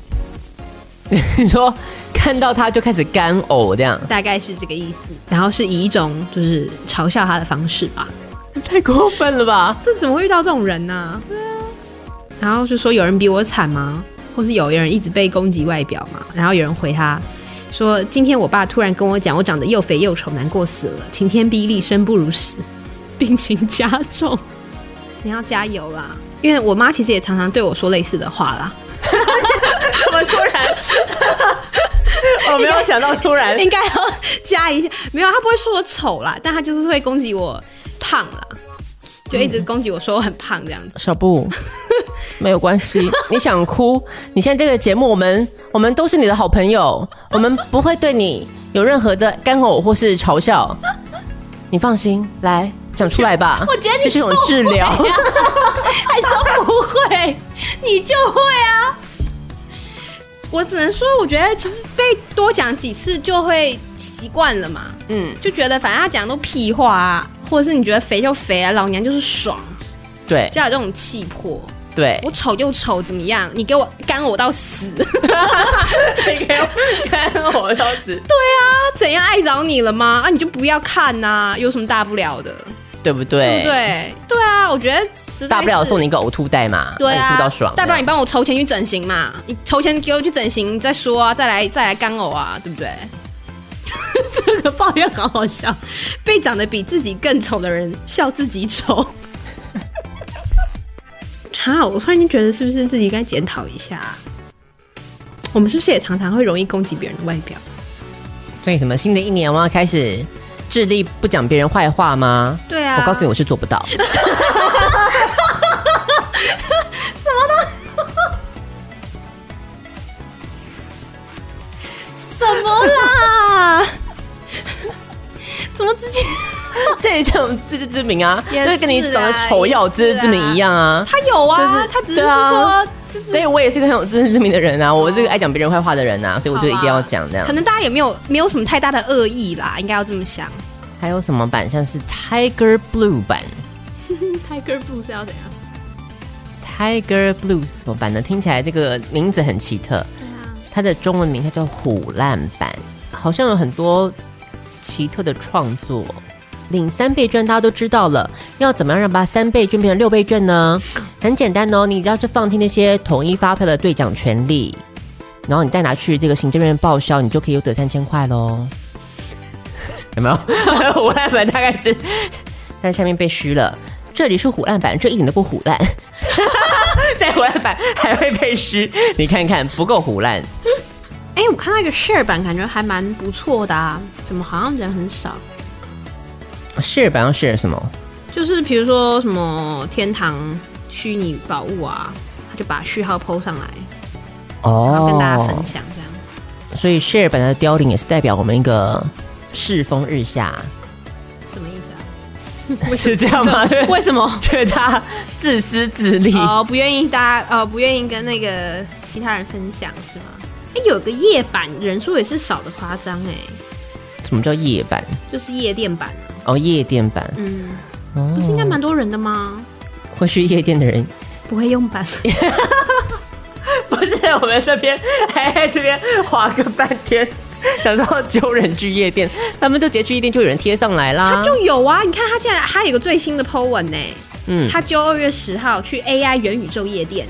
S1: 你说看到他就开始干呕这样，
S2: 大概是这个意思。然后是以一种就是嘲笑他的方式吧。
S1: 太过分了吧？
S2: 这怎么会遇到这种人呢、对啊。然后就说有人比我惨吗？或是有人一直被攻击外表嘛？然后有人回他说：“今天我爸突然跟我讲，我长得又肥又丑，难过死了，晴天霹雳，生不如死， 病情加重。你要加油啦！因为我妈其实也常常对我说类似的话啦。
S1: 我突 然，我没有想到突然
S2: 应该要加一下，没有，她不会说我丑啦，但她就是会攻击我胖啦，就一直攻击我说我很胖这样子。
S1: 小布，没有关系，你想哭，你现在这个节目，我们我们都是你的好朋友，我们不会对你有任何的干呕或是嘲笑，你放心，来讲出来吧。
S2: 我觉得你
S1: 这是一种
S2: 就
S1: 治
S2: 会
S1: 疗
S2: 啊，还说不会，你就会啊。我只能说，我觉得其实被多讲几次就会习惯了嘛，
S1: 嗯，
S2: 就觉得反正他讲的都屁话啊，或者是你觉得肥就肥啊，老娘就是爽，
S1: 对
S2: 就要有这种气魄。
S1: 对，
S2: 我丑就丑，怎么样？你给我干我到死！
S1: 干呕到死，
S2: 对啊，怎样碍着你了吗？啊，你就不要看呐、有什么大不了的，
S1: 对不对？
S2: 对不对？对啊，我觉得实在
S1: 大不了
S2: 是
S1: 送你一个呕吐袋嘛，让
S2: 对
S1: 你
S2: 啊，
S1: 吐到爽，
S2: 大不了你帮我筹钱去整形嘛，你筹钱给我去整形再说啊，再来再来干呕啊，对不对？ 这个抱怨好好笑，被长得比自己更丑的人笑自己丑。 哈，我突然间觉得是不是自己应该检讨一下啊？我们是不是也常常会容易攻击别人的外表？
S1: 所以什么新的一年我们要开始致力不讲别人坏话吗？
S2: 对啊
S1: 我告诉你，我是做不 到。什么东？
S2: 怎么 啦？怎么直接？
S1: 这也像自知之明啊，
S2: 也
S1: 就跟你
S2: 是
S1: 长得
S2: 啊
S1: 丑
S2: 也
S1: 要有自
S2: 是
S1: 知之明一样啊。
S2: 他有啊，
S1: 就是
S2: 他只是
S1: 对啊
S2: 说，就是哦
S1: 所以我也是个很有自知之明的人啊，我是个爱讲别人坏话的人啊，所以我就一定要讲这样
S2: 可。能大家也没有没有什么太大的恶意啦，应该要这么想。
S1: 还有什么版像是 Tiger Blue 版
S2: 嗯 Tiger Blue 是要怎样？
S1: ，Tiger Blue 什么版呢？听起来这个名字很奇特，它的中文名它叫虎烂版，好像有很多奇特的创作。领三倍券大家都知道了，要怎么样让把三倍券变成六倍券呢？很简单哦，你只要去放弃那些统一发票的兑奖权利，然后你再拿去这个行政院报销，你就可以有得三千块喽。有没有？ 虎烂版大概是，但下面被虚了。这里是虎烂版，这一点都不虎烂。 在虎烂版还会被虚，你看看不够虎烂。
S2: 哎、我看到一个 share 版，感觉还蛮不错的、啊，怎么好像人很少？
S1: 是版要是什么？
S2: 就是比如说什么天堂虚拟宝物啊，他就把序号 PO 上来，然后
S1: 哦
S2: 跟大家分享这样。
S1: 所以 share 版的凋零也是代表我们一个世风日下，
S2: 什么意思啊？啊
S1: 是这样吗？
S2: 为什么？
S1: 觉得他自私自利，
S2: 哦，不愿意大家哦，不愿意跟那个其他人分享是吗？哎、有个夜版人数也是少的夸张哎，
S1: 什么叫夜版？
S2: 就是夜店版啊，
S1: 哦，夜店版，
S2: 嗯，
S1: 哦
S2: 不是应该蛮多人的吗？
S1: 会去夜店的人，
S2: 不会用版，
S1: 不是我们这边还在这边划个半 天，想说揪人去夜店，他们就直接去夜店，就有人贴上来啦。
S2: 就有啊！你看他现在还有个最新的 Po 文呢，
S1: 嗯，
S2: 他就二月十号去 AI 元宇宙夜店，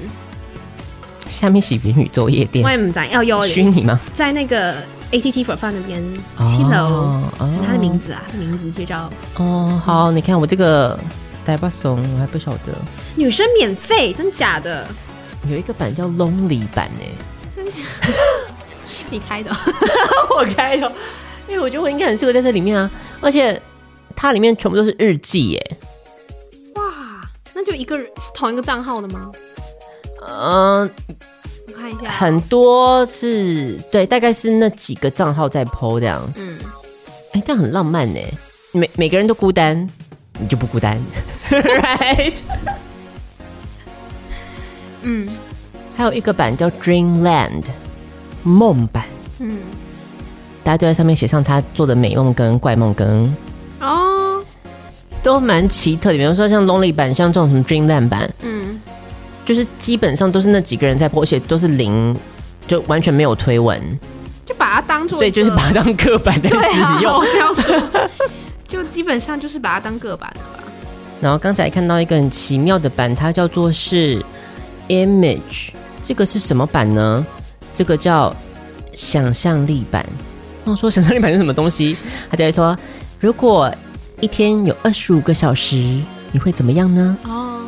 S1: 下面是元宇宙夜店
S2: 我，也不知道要有
S1: 虚拟吗？
S2: 在那个 ATT for Fun 那边
S1: 啊
S2: 七楼
S1: 哦，哦
S2: 他的名字啊，他的名字就叫
S1: 哦，好，你看我这个呆巴怂，我还不晓得
S2: 女生免费，真假的？
S1: 有一个版叫 Lonely 版哎、
S2: 真假？你开的哦？
S1: 我开的，因为我觉得我应该很适合在这里面啊，而且它里面全部都是日记耶、
S2: 哇，那就一个人是同一个账号的吗？
S1: 嗯、
S2: 我看一下，
S1: 很多是对，大概是那几个账号在 PO 这样，
S2: 嗯，
S1: 哎、但很浪漫呢、每每个人都孤单，你就不孤单 ，right？
S2: 嗯
S1: 还有一个版叫 Dreamland 梦版，
S2: 嗯，
S1: 大家都在上面写上他做的美梦跟怪梦跟
S2: 哦，
S1: 都蛮奇特的，比如说像 Lonely 版，像这种什么 Dreamland 版，
S2: 嗯，
S1: 就是基本上都是那几个人在播，而且都是零，就完全没有推文，
S2: 就把它当做，
S1: 所以就是把它当刻板在
S2: 对
S1: 使
S2: 啊，
S1: 用
S2: 我。这样说，就基本上就是把它当个版的吧。
S1: 然后刚才看到一个很奇妙的版，它叫做是 Image，这个是什么版呢？这个叫想象力版。那我说想象力版是什么东西？他就会说，如果一天有二十五个小时，你会怎么样呢？
S2: 哦，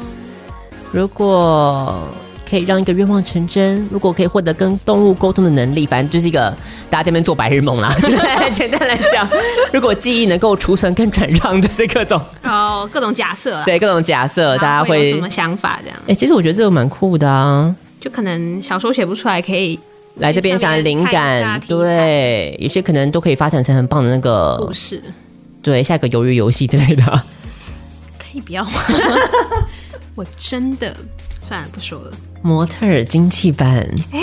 S1: 如果可以让一个愿望成真，如果可以获得跟动物沟通的能力，反正就是一个大家这边做白日梦啦。 对简单来讲，如果记忆能够储存跟转让，就是各种
S2: 然后各种假设 啦，
S1: 对各种假设，
S2: 然后
S1: 大家
S2: 啊会有
S1: 会
S2: 什么想法？这样
S1: 哎、其实我觉得这个蛮酷的啊，
S2: 就可能小说写不出来，可以
S1: 来这边想灵
S2: 看一下
S1: 感，
S2: 题材
S1: 对，有些可能都可以发展成很棒的那个
S2: 故，事，
S1: 对，下一个鱿鱼游戏之类的啊、
S2: 可以不要吗？ 我真的算了，不说了。
S1: 模特儿精气版，
S2: 哎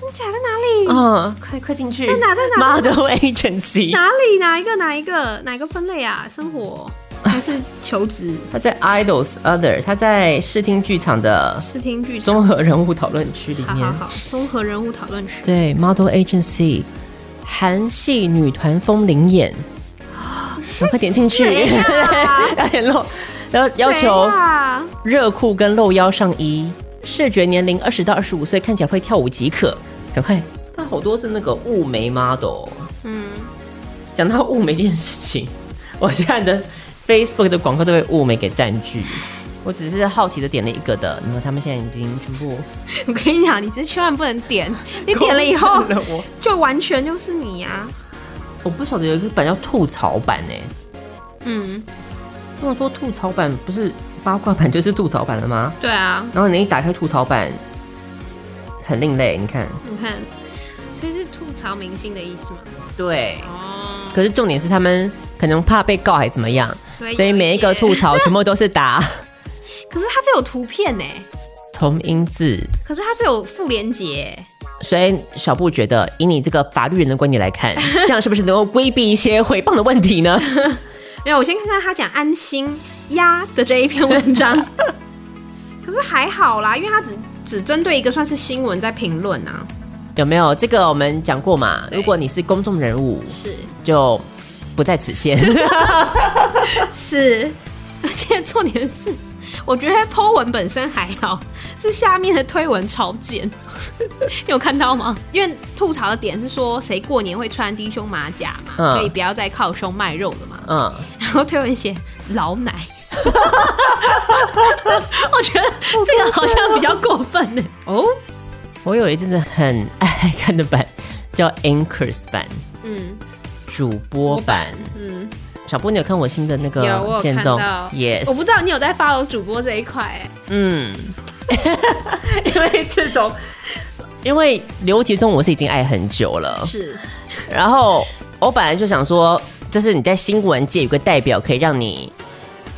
S2: 真假在哪里？
S1: 嗯，快快进去，在
S2: 哪在哪
S1: ？Model Agency，
S2: 哪里？哪一个？哪一个？哪一个分类啊？生活还是求职？
S1: 他在 Idols Other，他在视听剧场的
S2: 视听剧场？
S1: 综合人物讨论区里
S2: 好
S1: 面
S2: 好，好，综合人物讨论区。
S1: 对 Model Agency，韩系女团风铃眼，哦快点进去， 要点露，然后要求
S2: 啊谁啊
S1: 热裤跟露腰上衣，视觉年龄二十到二十五岁，看起来会跳舞即可。赶快，他好多是那个雾眉 model。
S2: 嗯，
S1: 讲到雾眉这件事情， 我现在的 Facebook 的广告都被雾眉给占 据。我只是好奇的点了一个的，然后他们现在已经全部
S2: 我跟你讲，你这千万不能点，你点了 以后
S1: 攻占了我
S2: 就完全就是你啊。
S1: 我不晓得有一个版叫吐槽版哎、
S2: 嗯，
S1: 跟我说吐槽版不是八卦版就是吐槽版了吗？
S2: 对啊，
S1: 然后你一打开吐槽版，很另类，你看，
S2: 你看，所以是吐槽明星的意思吗？
S1: 对，
S2: 哦，
S1: 可是重点是他们可能怕被告还怎么样
S2: 对，
S1: 所以每一个吐槽全部都是打
S2: 可是它这有图片呢，
S1: 同音字，
S2: 可是它这有副连结，
S1: 所以小布觉得以你这个法律人的观点来 看，这样是不是能够规避一些诽谤的问题呢？
S2: 没有，我先看看他讲安心鸭的这一篇文 章。可是还好啦，因为他只只针对一个算是新闻在评论啊。
S1: 有没有这个我们讲过嘛？
S2: 对
S1: 如果你是公众人物，
S2: 是
S1: 就不在此 限。
S2: 是， 而且重点是，我觉得 Po 文本身还好，是下面的推文超贱。 你有看到吗？因为吐槽的点是说谁过年会穿低胸马甲嘛，
S1: 嗯
S2: 可以不要再靠胸卖肉了嘛。
S1: 嗯，
S2: 然后推文写老奶。 我觉得这个好像比较过分呢。哦，
S1: 我有一阵子很爱看的版叫 Anchors 版，
S2: 嗯，
S1: 主播版。
S2: 嗯，
S1: 小布，你有看我新的那
S2: 有我
S1: 个
S2: 有
S1: 线
S2: 看
S1: 动
S2: 到
S1: ？Yes，
S2: 我不知道你有在 follow 主播这一块、哎，
S1: 嗯， 因为这种，因为刘杰忠我是已经爱很久了，
S2: 是，
S1: 然后我本来就想说，就是你在新闻界有个代表可以让你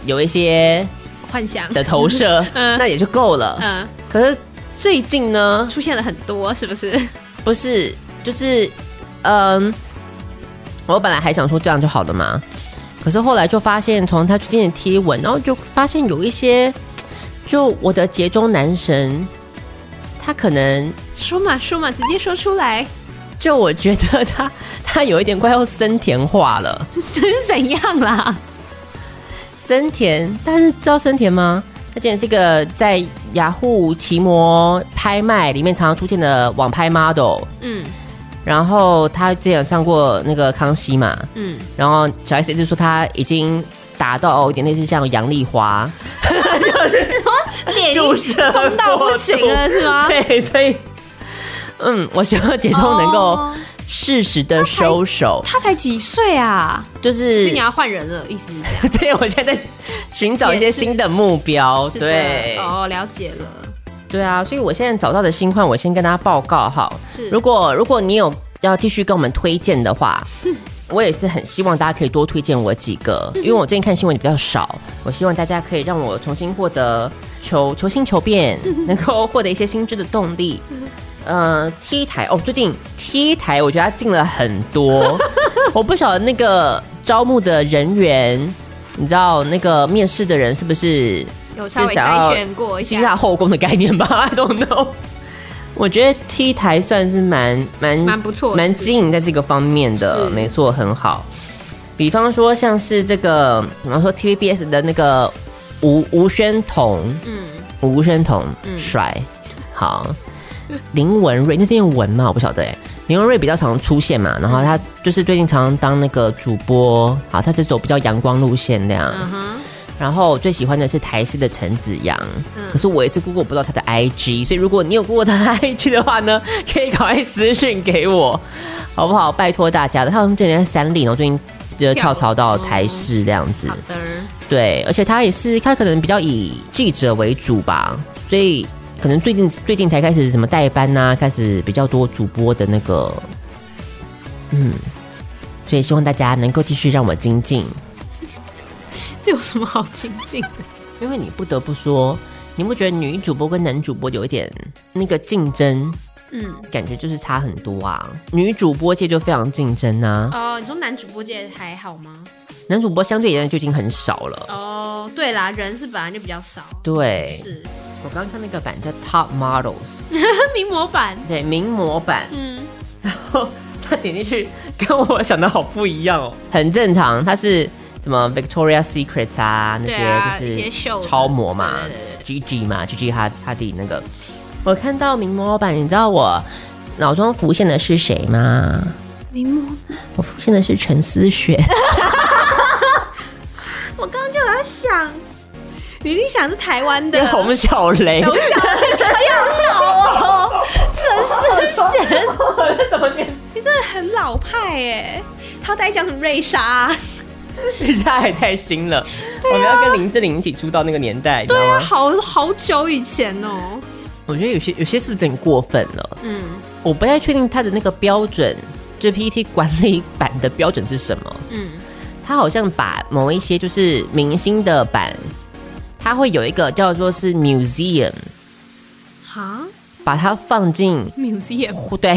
S1: 有一些
S2: 幻想
S1: 的投射，
S2: 嗯
S1: 那也就够了。
S2: 嗯，
S1: 可是最近呢，
S2: 出现了很多，是不是？
S1: 不是，就是，嗯，我本来还想说这样就好了嘛，可是后来就发现从他最近的贴文，然后就发现有一些，就我的节中男神，他可能
S2: 说嘛说嘛，直接说出来
S1: 就我觉得他 他有一点快要森田化了。
S2: 是怎样啦？
S1: 森田，但是知道森田吗？他之前是一个在雅虎奇摩拍卖里面常常出现的网拍 model，
S2: 嗯
S1: 然后他之前有上过那个康熙嘛，
S2: 嗯，
S1: 然后小 S 一直说他已经达到有点类似像杨丽花，
S2: 脸
S1: 就
S2: 已
S1: 是
S2: 经崩哎到不行啊了是 吗？
S1: 对，所以，嗯，我希望姐中能够
S2: 哦
S1: 适时的收手，
S2: 他才几岁啊？
S1: 就是
S2: 所以你要换人了，意思是这 样？
S1: 所以我现在在寻找一些新的目标，
S2: 是的
S1: 对，
S2: 哦，了解了。
S1: 对啊，所以我现在找到的新款，我先跟大家报告好。
S2: 是
S1: 如果如果你有要继续跟我们推荐的话，我也是很希望大家可以多推荐我几个，因为我最近看新闻比较少，我希望大家可以让我重新获得求求新求变，能够获得一些新知的动力。呃，T 台哦，最近 T 台我觉得它进了很多，我不晓得那个招募的人员，你知道那个面试的人是不是
S2: 有稍
S1: 是
S2: 微
S1: 想要
S2: 筛选过一下
S1: 希腊后宫的概念吧 ？I don't know。我觉得 T 台算是蛮蛮
S2: 蛮不错的
S1: 蛮经营在这个方面的，
S2: 是
S1: 没错，很好。比方说像是这个，比方说 TVBS 的那个吴吴宣彤，
S2: 嗯，
S1: 吴宣彤、帅，好，林文瑞那是念文吗？我不晓得哎、林文瑞比较常出现嘛，然后他就是最近常常当那个主播，好，他是走比较阳光路线那样。
S2: 嗯哼，
S1: 然后我最喜欢的是台式的陈子阳，
S2: 嗯
S1: 可是我一直 Google 不到他的 IG，所以如果你有 Google 他的 IG 的话呢，可以赶快私讯给我， 好不好？拜托大家了，他从之前在三立，然后最近就跳槽到台式这样子
S2: 嗯好，的，
S1: 对，而且他也是他可能比较以记者为主吧，所以可能最近最近才开始什么代班呐、开始比较多主播的那个，嗯，所以希望大家能够继续让我精进。
S2: 这有什么好亲近的？
S1: 因为你不得不说，你不觉得女主播跟男主播有一点那个竞争
S2: 嗯，
S1: 感觉就是差很多啊？女主播界就非常竞争啊，
S2: 哦，你说男主播界还好吗？
S1: 男主播相对而言就已经很少了。
S2: 哦，对啦，人是本来就比较少，
S1: 对，
S2: 是
S1: 我刚刚看那个版叫 Top Models，
S2: 名模版，
S1: 对，名模版，
S2: 嗯，
S1: 他点进去跟我想的好不一样 哦，很正常，他是。什么 Victoria Secret 啊，那
S2: 对啊
S1: 些
S2: 一些
S1: 就
S2: 秀
S1: 是
S2: 的
S1: 超模嘛
S2: 对对对
S1: ，Gigi 嘛，Gigi 哈哈迪那个，我看到名模版，你知道我脑中浮现的是谁吗？
S2: 名模。
S1: 我浮现的是陈思 璇，
S2: 我刚刚就有在想，你一定想是台湾的
S1: 洪小雷，
S2: 我想很老哦，陈思璇，
S1: 怎么念？
S2: 你真的很老派哎。他在讲瑞莎、啊
S1: 你现在还太新了，我们要跟林志玲一起出道那个年代，你知
S2: 对
S1: 道吗？
S2: 啊，好好久以前哦。
S1: 我觉得有些有些是不是有点过分了？
S2: 嗯
S1: 我不太确定他的那个标准，就 PPT 管理版的标准是什么？
S2: 嗯，
S1: 他好像把某一些就是明星的版，他会有一个叫做是 museum，
S2: 哈
S1: 把它放进
S2: ，museum
S1: 对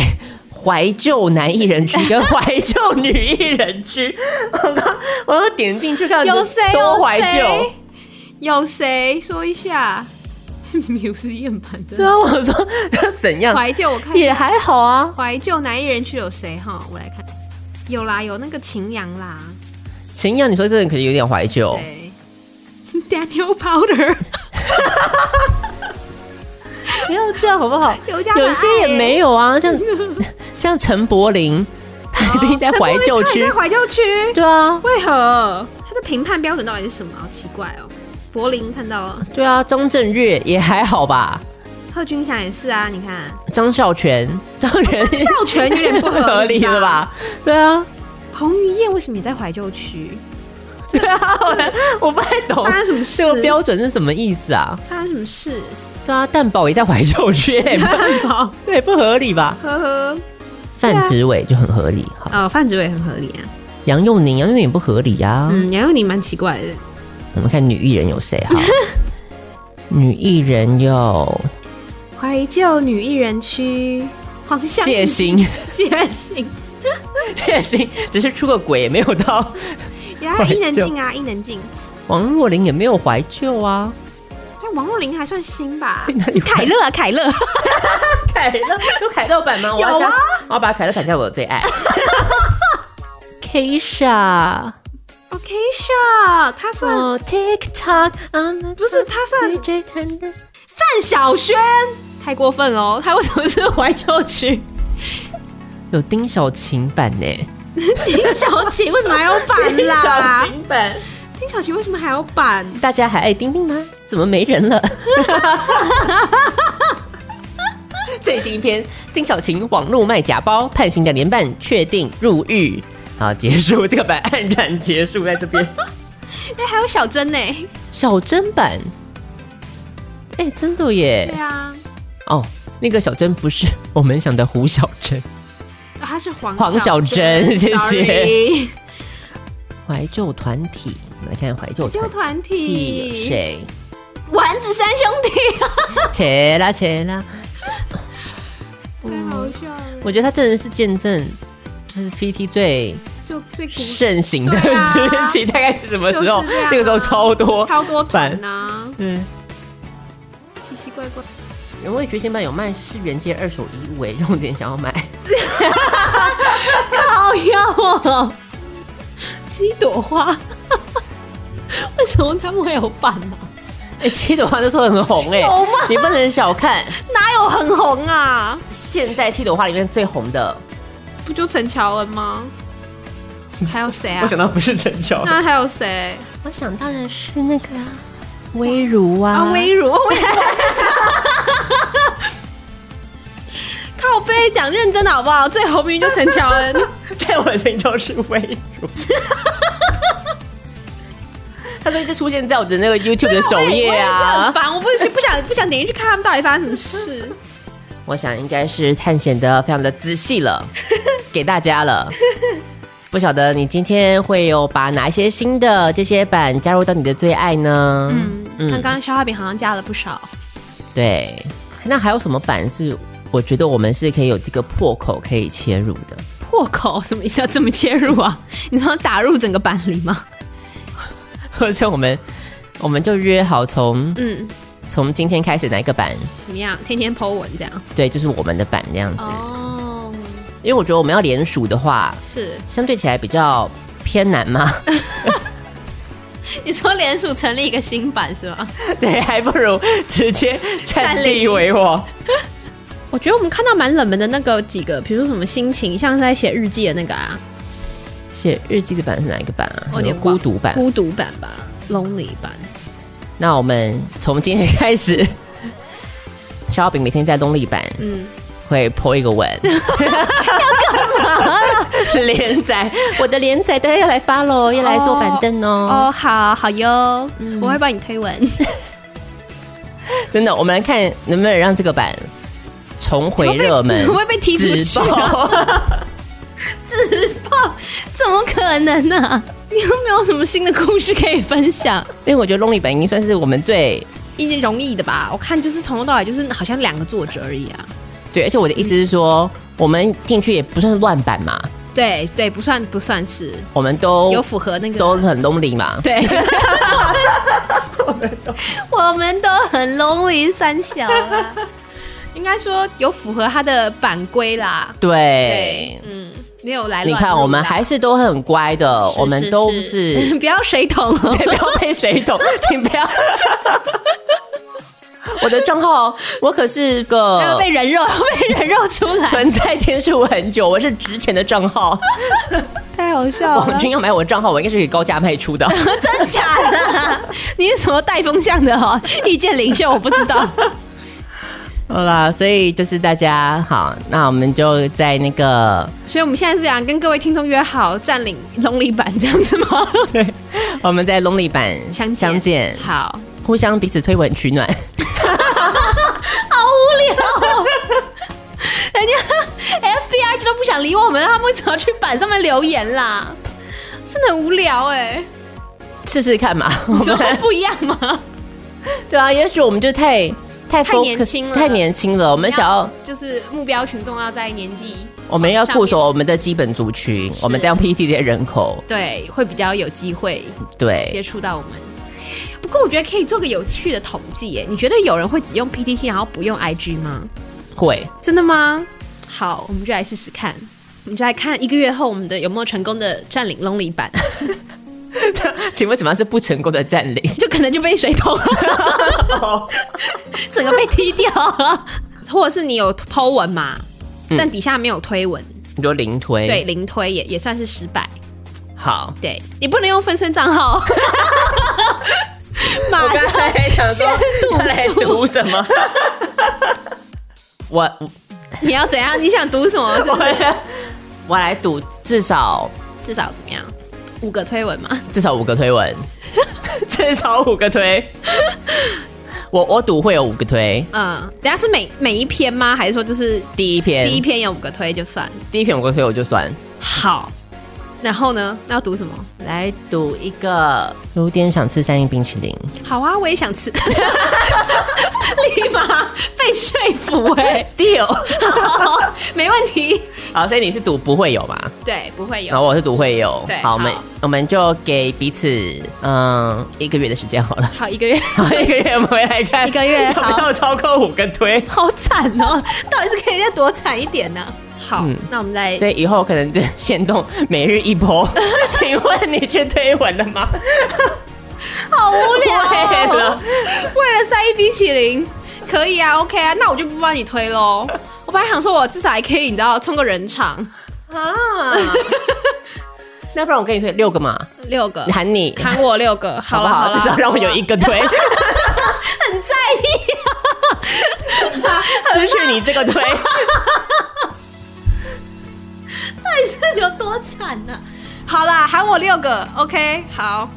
S1: 怀旧男艺人区跟怀旧女艺人区，我刚我又点进去看，
S2: 有谁？
S1: 多怀
S2: 有
S1: 旧
S2: 谁？有谁说一下 museum 版
S1: 对
S2: 的
S1: 啊，我说 怎样
S2: 怀旧？我看一
S1: 也
S2: 下
S1: 还好啊，
S2: 怀旧男艺人区有谁哈？我来看，有啦，有那个秦阳啦，
S1: 秦阳，你说这个人可能有点怀旧，
S2: 对 ，Daniel Powder
S1: 不要这样好不好？
S2: 刘家
S1: 有些也没有啊， 像像陈柏霖，他一定
S2: 哦
S1: 在怀旧区
S2: 在，怀旧区，
S1: 对啊，
S2: 为何他的评判标准到底是什么？好奇怪哦。柏林看到了，
S1: 对啊，张震岳也还好吧，
S2: 贺军翔也是啊，你看
S1: 张孝全，张元
S2: 孝全有点不合理吧
S1: 合理了吧？对啊，
S2: 彭于晏为什么也在怀旧区？
S1: 对啊，我我不太懂
S2: 发生什么事
S1: 哦这个标准是什么意思啊？
S2: 发生什么事？
S1: 对啊，蛋堡也在怀旧 区，
S2: 好，
S1: 对，不合理吧？
S2: 呵呵，
S1: 范植伟就很合理，好，
S2: 哦，范植伟很合理啊。
S1: 杨佑宁，杨佑宁也不合理啊。
S2: 嗯，杨佑宁蛮奇怪的，
S1: 我们看女艺人有谁 好？女艺人有
S2: 怀旧女艺人区，黄香
S1: 谢欣，
S2: 谢 欣，
S1: 谢欣只是出个轨，没有到
S2: 然后伊能静啊，伊能静，
S1: 王若琳也没有怀旧啊。
S2: 但王若琳还算新吧
S1: 哪里？怀
S2: 凯乐啊，凯乐，
S1: 凯乐有凯乐版吗？我要
S2: 有
S1: 加
S2: 啊，
S1: 我要把凯乐砍下我的最 爱。Kisha，
S2: 哦，Kisha，她算
S1: 哦，TikTok，嗯，
S2: 不是啊她算范晓萱，太过分了哦，她为什么是怀旧曲？
S1: 有丁小琴版呢，
S2: 丁小琴为什么还要版啦？
S1: 版，
S2: 丁小琴为什么还要版？
S1: 大家还爱丁丁吗？怎么没人了？ 最新一篇，丁小琴网络卖假包，判刑两年半，确定入狱。好，结束这个版黯然结束在这边。
S2: 哎，还有小珍呢？
S1: 小珍版，哎、真的耶
S2: 对！啊，
S1: 哦，那个小珍不是我们想的胡小珍，
S2: 啊她是黄
S1: 黄小珍谢谢
S2: Sorry
S1: 怀旧团体，我们来看怀旧
S2: 旧
S1: 团
S2: 团
S1: 体有
S2: 体，
S1: 谁？
S2: 丸子三兄弟，
S1: 切啦切啦！
S2: 太好笑了，
S1: 我觉得他真的是见证，就是 PT 最
S2: 就最古
S1: 盛行的
S2: 对啊
S1: 时期，大概是什么时候？
S2: 就是这样啊
S1: 那个时候超多，
S2: 超多团呐，
S1: 嗯。
S2: 奇奇怪怪。
S1: 原味觉醒版有卖是原街二手衣 物哎，让我有点想要买。
S2: 好要哦，七朵花， 为什么他们会有啊版呢、
S1: 哎、七朵花那时候很红哎
S2: 有吗，
S1: 你不能小看。
S2: 哪有很红啊？
S1: 现在七朵花里面最红的，
S2: 不就陈乔恩吗？还有谁啊
S1: 我？想 到不是陈乔，
S2: 那还有谁
S1: 我想到的是那个啊微如啊，
S2: 啊？微如，我也是 靠背讲认真的好不好？最红明明就陈乔 恩，
S1: 在我的心中是微 如。他都一直出现在我的那个 YouTube 的首页
S2: 哎我也是很
S1: 啊！
S2: 烦，我不不想不想点进去看他们到底发生什么事。
S1: 我想应该是探险的非常的仔细了，给大家了。不晓得你今天会有把哪一些新的这些版加入到你的最爱呢？嗯
S2: 嗯，刚刚消化饼好像加了不少。
S1: 对，那还有什么版是我觉得我们是可以有这个破口可以切入的？
S2: 破口什么意思？要怎么切入 啊？你说打入整个板里吗？
S1: 而且我们我们就约好从
S2: 嗯，
S1: 从今天开始哪一个版，
S2: 怎么样？天天 Po 文这样？
S1: 对，就是我们的版这样子。
S2: 哦，
S1: 因为我觉得我们要联署的话，
S2: 是。
S1: 相对起来比较偏难 嘛。
S2: 你说联署成立一个新版是吗？
S1: 对，还不如直接占
S2: 占
S1: 地
S2: 领
S1: 为王。
S2: 我觉得我们看到蛮冷门的那个几个，比如说什么心情，像是在写日记的那个啊，
S1: 写日记的版是哪一个版啊？
S2: 我有点
S1: 有
S2: 忘
S1: 孤独版。
S2: 孤独版吧，lonely 版。
S1: 那我们从今天开始， 小饼每天在东立版
S2: 嗯，
S1: 会 po 一个 文， 连载，我的连载大家要来发喽，要来坐板凳哦。
S2: 哦，好好哟，我会帮你推文。
S1: 真的，我们来看能不能让这个版重回热 门
S2: 会不。会被踢出去、
S1: 自
S2: 啊？
S1: 爆
S2: 怎么可能啊呢、你又没有什么新的故事可以分享？
S1: 因为我觉得 Lonely 版已经算是我们最
S2: 一定容易的吧？我看就是从头到尾就是好像两个作者而已啊。
S1: 对，而且我的意思是说，我们进去也不算是乱版嘛，
S2: 对对，不算不算是
S1: 我们都
S2: 有符合那个
S1: 哦都很 Lonely 嘛。
S2: 对。 我们都很 lonely 三小啊啦， 应该说有符合他的版规啦。
S1: 对
S2: 对，，嗯，没有来乱
S1: 你
S2: 入啦。
S1: 看我们还是都很乖的，
S2: 是
S1: 我们都是
S2: 不要水桶哦
S1: 对，不要被水 桶，请不要。 我的账号，哦我可是
S2: 不要
S1: 个
S2: 被人肉， 被人肉出来，
S1: 存在天数很久，我是值钱的账号。
S2: 太好笑
S1: 网军要买我的账号，我应该是可以高价卖出 的。
S2: 真假的？你是什么带风向的哦？意见领袖我不知道。
S1: 好啦，所以就是大家好，那我们就在那 个
S2: 所以我们现在是想跟各位听众约好占领龙里版这样子 吗？
S1: 对，我们在 Lonely 版
S2: 相见
S1: 相见，
S2: 好，
S1: 互相彼此推文取暖。
S2: 好无聊、哦。人家 FBI 就都不想理我们，他们为什么要去板上面留言啦？真的很无聊哎、
S1: 试试看嘛，我
S2: 你说
S1: 们
S2: 不一样吗？
S1: 对啊，也许我们就太太
S2: 太年
S1: focus-
S2: 轻了
S1: 太年轻了。我们想要，
S2: 就是目标群众要在年纪
S1: 我们要固
S2: 上面
S1: 守我们的基本族群，我们这样 PT 这些人口，
S2: 对会比较有机会接
S1: 对，
S2: 触到我们。不过我觉得可以做个有趣的统计耶，你觉得有人会只用 PTT 然后不用 IG 吗？
S1: 会
S2: 真的吗？好，我们就来试试看。我们就来看一个月后我们的有没有成功的占领 Lonely 版，
S1: 请问怎么样是不成功的占领？
S2: 就可能就被水桶了，整个被踢掉了，或者是你有 Po 文嘛，
S1: 嗯
S2: 但底下没有推文，
S1: 你说零推，
S2: 对，，零推也也算是失败。
S1: 好，
S2: 对你不能用分身 账号， 马
S1: 我刚才想
S2: 上
S1: 说
S2: 先
S1: 来
S2: 赌注，
S1: 读什 么？我
S2: 你要怎样？你想赌什么？是
S1: 我
S2: 不是
S1: 我来赌，至少
S2: 至少怎么样？五个 推文嘛，
S1: 至少五个推 文，至少五个推。我我赌会有五个推，
S2: 嗯，等下是每每一篇吗？还是说就是
S1: 第一篇
S2: 第一篇有五个推就算？
S1: 第一篇五个推我就算。
S2: 好，然后呢？那要读什么？
S1: 来赌一个，有点想吃三星冰淇淋，
S2: 好啊，我也想吃， 立马被说服哎、
S1: deal。
S2: 好，没问题。
S1: 好，所以你是赌不会有嘛？
S2: 对，不会
S1: 然
S2: 有。
S1: 后我是赌会有。
S2: 对
S1: 好，我们
S2: 好
S1: 我们就给彼此嗯一个月的时间好 了。
S2: 好，一 个月，
S1: 好，一个月我们回来看，
S2: 一个月
S1: 有没有超过五个推？
S2: 好惨哦！ 到底是可以再多惨一点呢、好，
S1: 嗯
S2: 那我们来
S1: 所以以后可能就限动每日一 波。请问你去推文了吗？
S2: 好无聊、
S1: 对了
S2: 哦。为了塞一冰淇淋，可以啊，OK 啊，那我就不帮你推喽。我本来想说，我至少还可以，你知道，充个人场，
S1: 啊，那不然我给你推六个嘛，
S2: 六个，
S1: 喊你
S2: 喊我六个，
S1: 好
S2: 好
S1: 不
S2: 了
S1: 好？
S2: 了，
S1: 至少让我有一个 推，
S2: 很在意、
S1: 失去啊你这个推。
S2: 到底是有多惨呢、好啦，喊我六个，OK，好，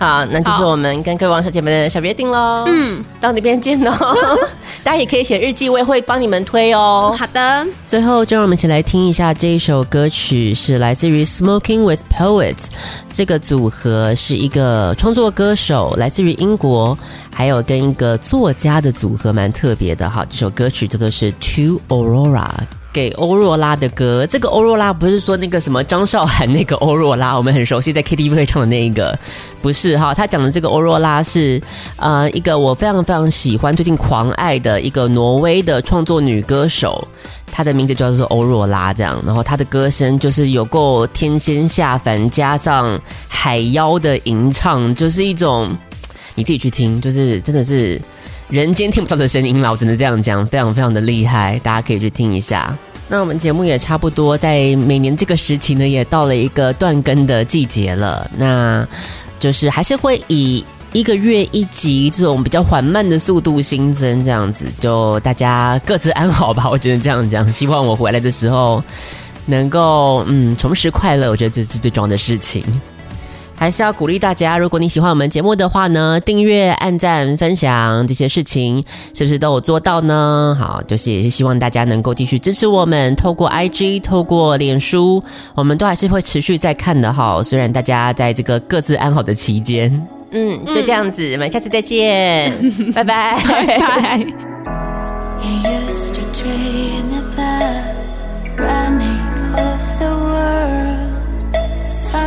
S1: 好，那就是
S2: 好
S1: 我们跟各位网小姐们的小约定喽。嗯，到那边见 哦。大家也可以写日记，我也会帮你们推哦。
S2: 好的，
S1: 最后，就让我们一起来听一下这一首歌曲，是来自于 Smoking with Poets 这个组合，是一个创作歌手，来自于英国，还有跟一个作家的组合，蛮特别的哈。这首歌曲叫做是 To Aurora。给欧若拉的歌，这个欧若拉不是说那个什么张韶涵那个欧若拉，我们很熟悉在 KTV 会唱的那一个，不是哈。他讲的这个欧若拉是呃一个我非常非常喜欢，最近狂爱的一个挪威的创作女歌手，她的名字叫做欧若拉，这样，然后她的歌声就是有够天仙下凡，加上海妖的吟唱，就是一种你自己去听，就是真的是人间听不到的声音啦，我只能这样讲，非常非常的厉害，大家可以去听一下。那我们节目也差不多，在每年这个时期呢，也到了一个断更的季节了。那就是还是会以一个月一集这种比较缓慢的速度新增，这样子就大家各自安好吧。我只能这样讲，希望我回来的时候能够嗯重拾快乐，我觉得这是最重要的事情。还是要鼓励大家，如果你喜欢我们节目的话呢，订阅、按赞、分享这些事情，是不是都有做到呢？好，就是也是希望大家能够继续支持我们，透过 IG、透过脸书，我们都还是会持续在看的哈。虽然大家在这个各自安好的期间，嗯，就这样子，我们下次再见，拜拜，嗯拜
S2: 拜。
S4: You used to dream about running off the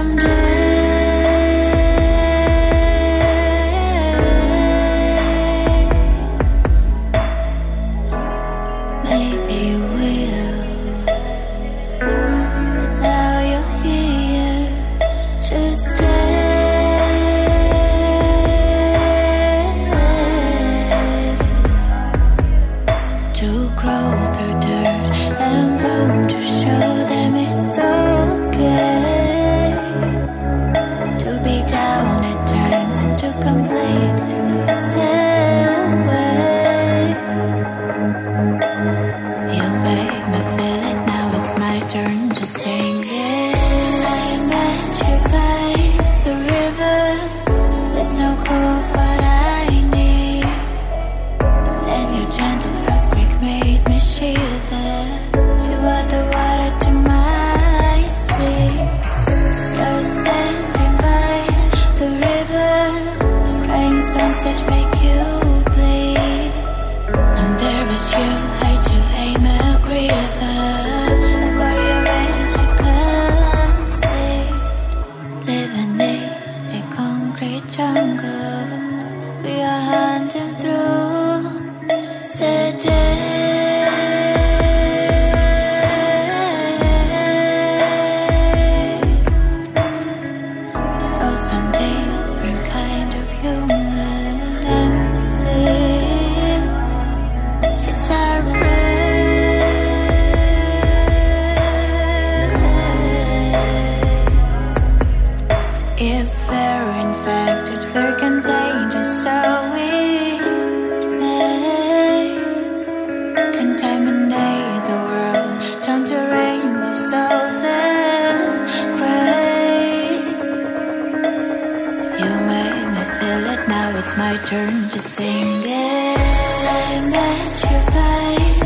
S4: world someday. Maybe you will, but now you're here to stay to grow through dirt and bloom to show them it's okay to be down at times and to completely lose their way. You made me feel it, now it's my turn to sing it. I met you by the river, there's no clue what I need. Then your gentle aspect made me shiver. You were the water to my sea. I was standing by the river, crying songs that make you bleed. Oh, now it's my turn to sing it. I met you by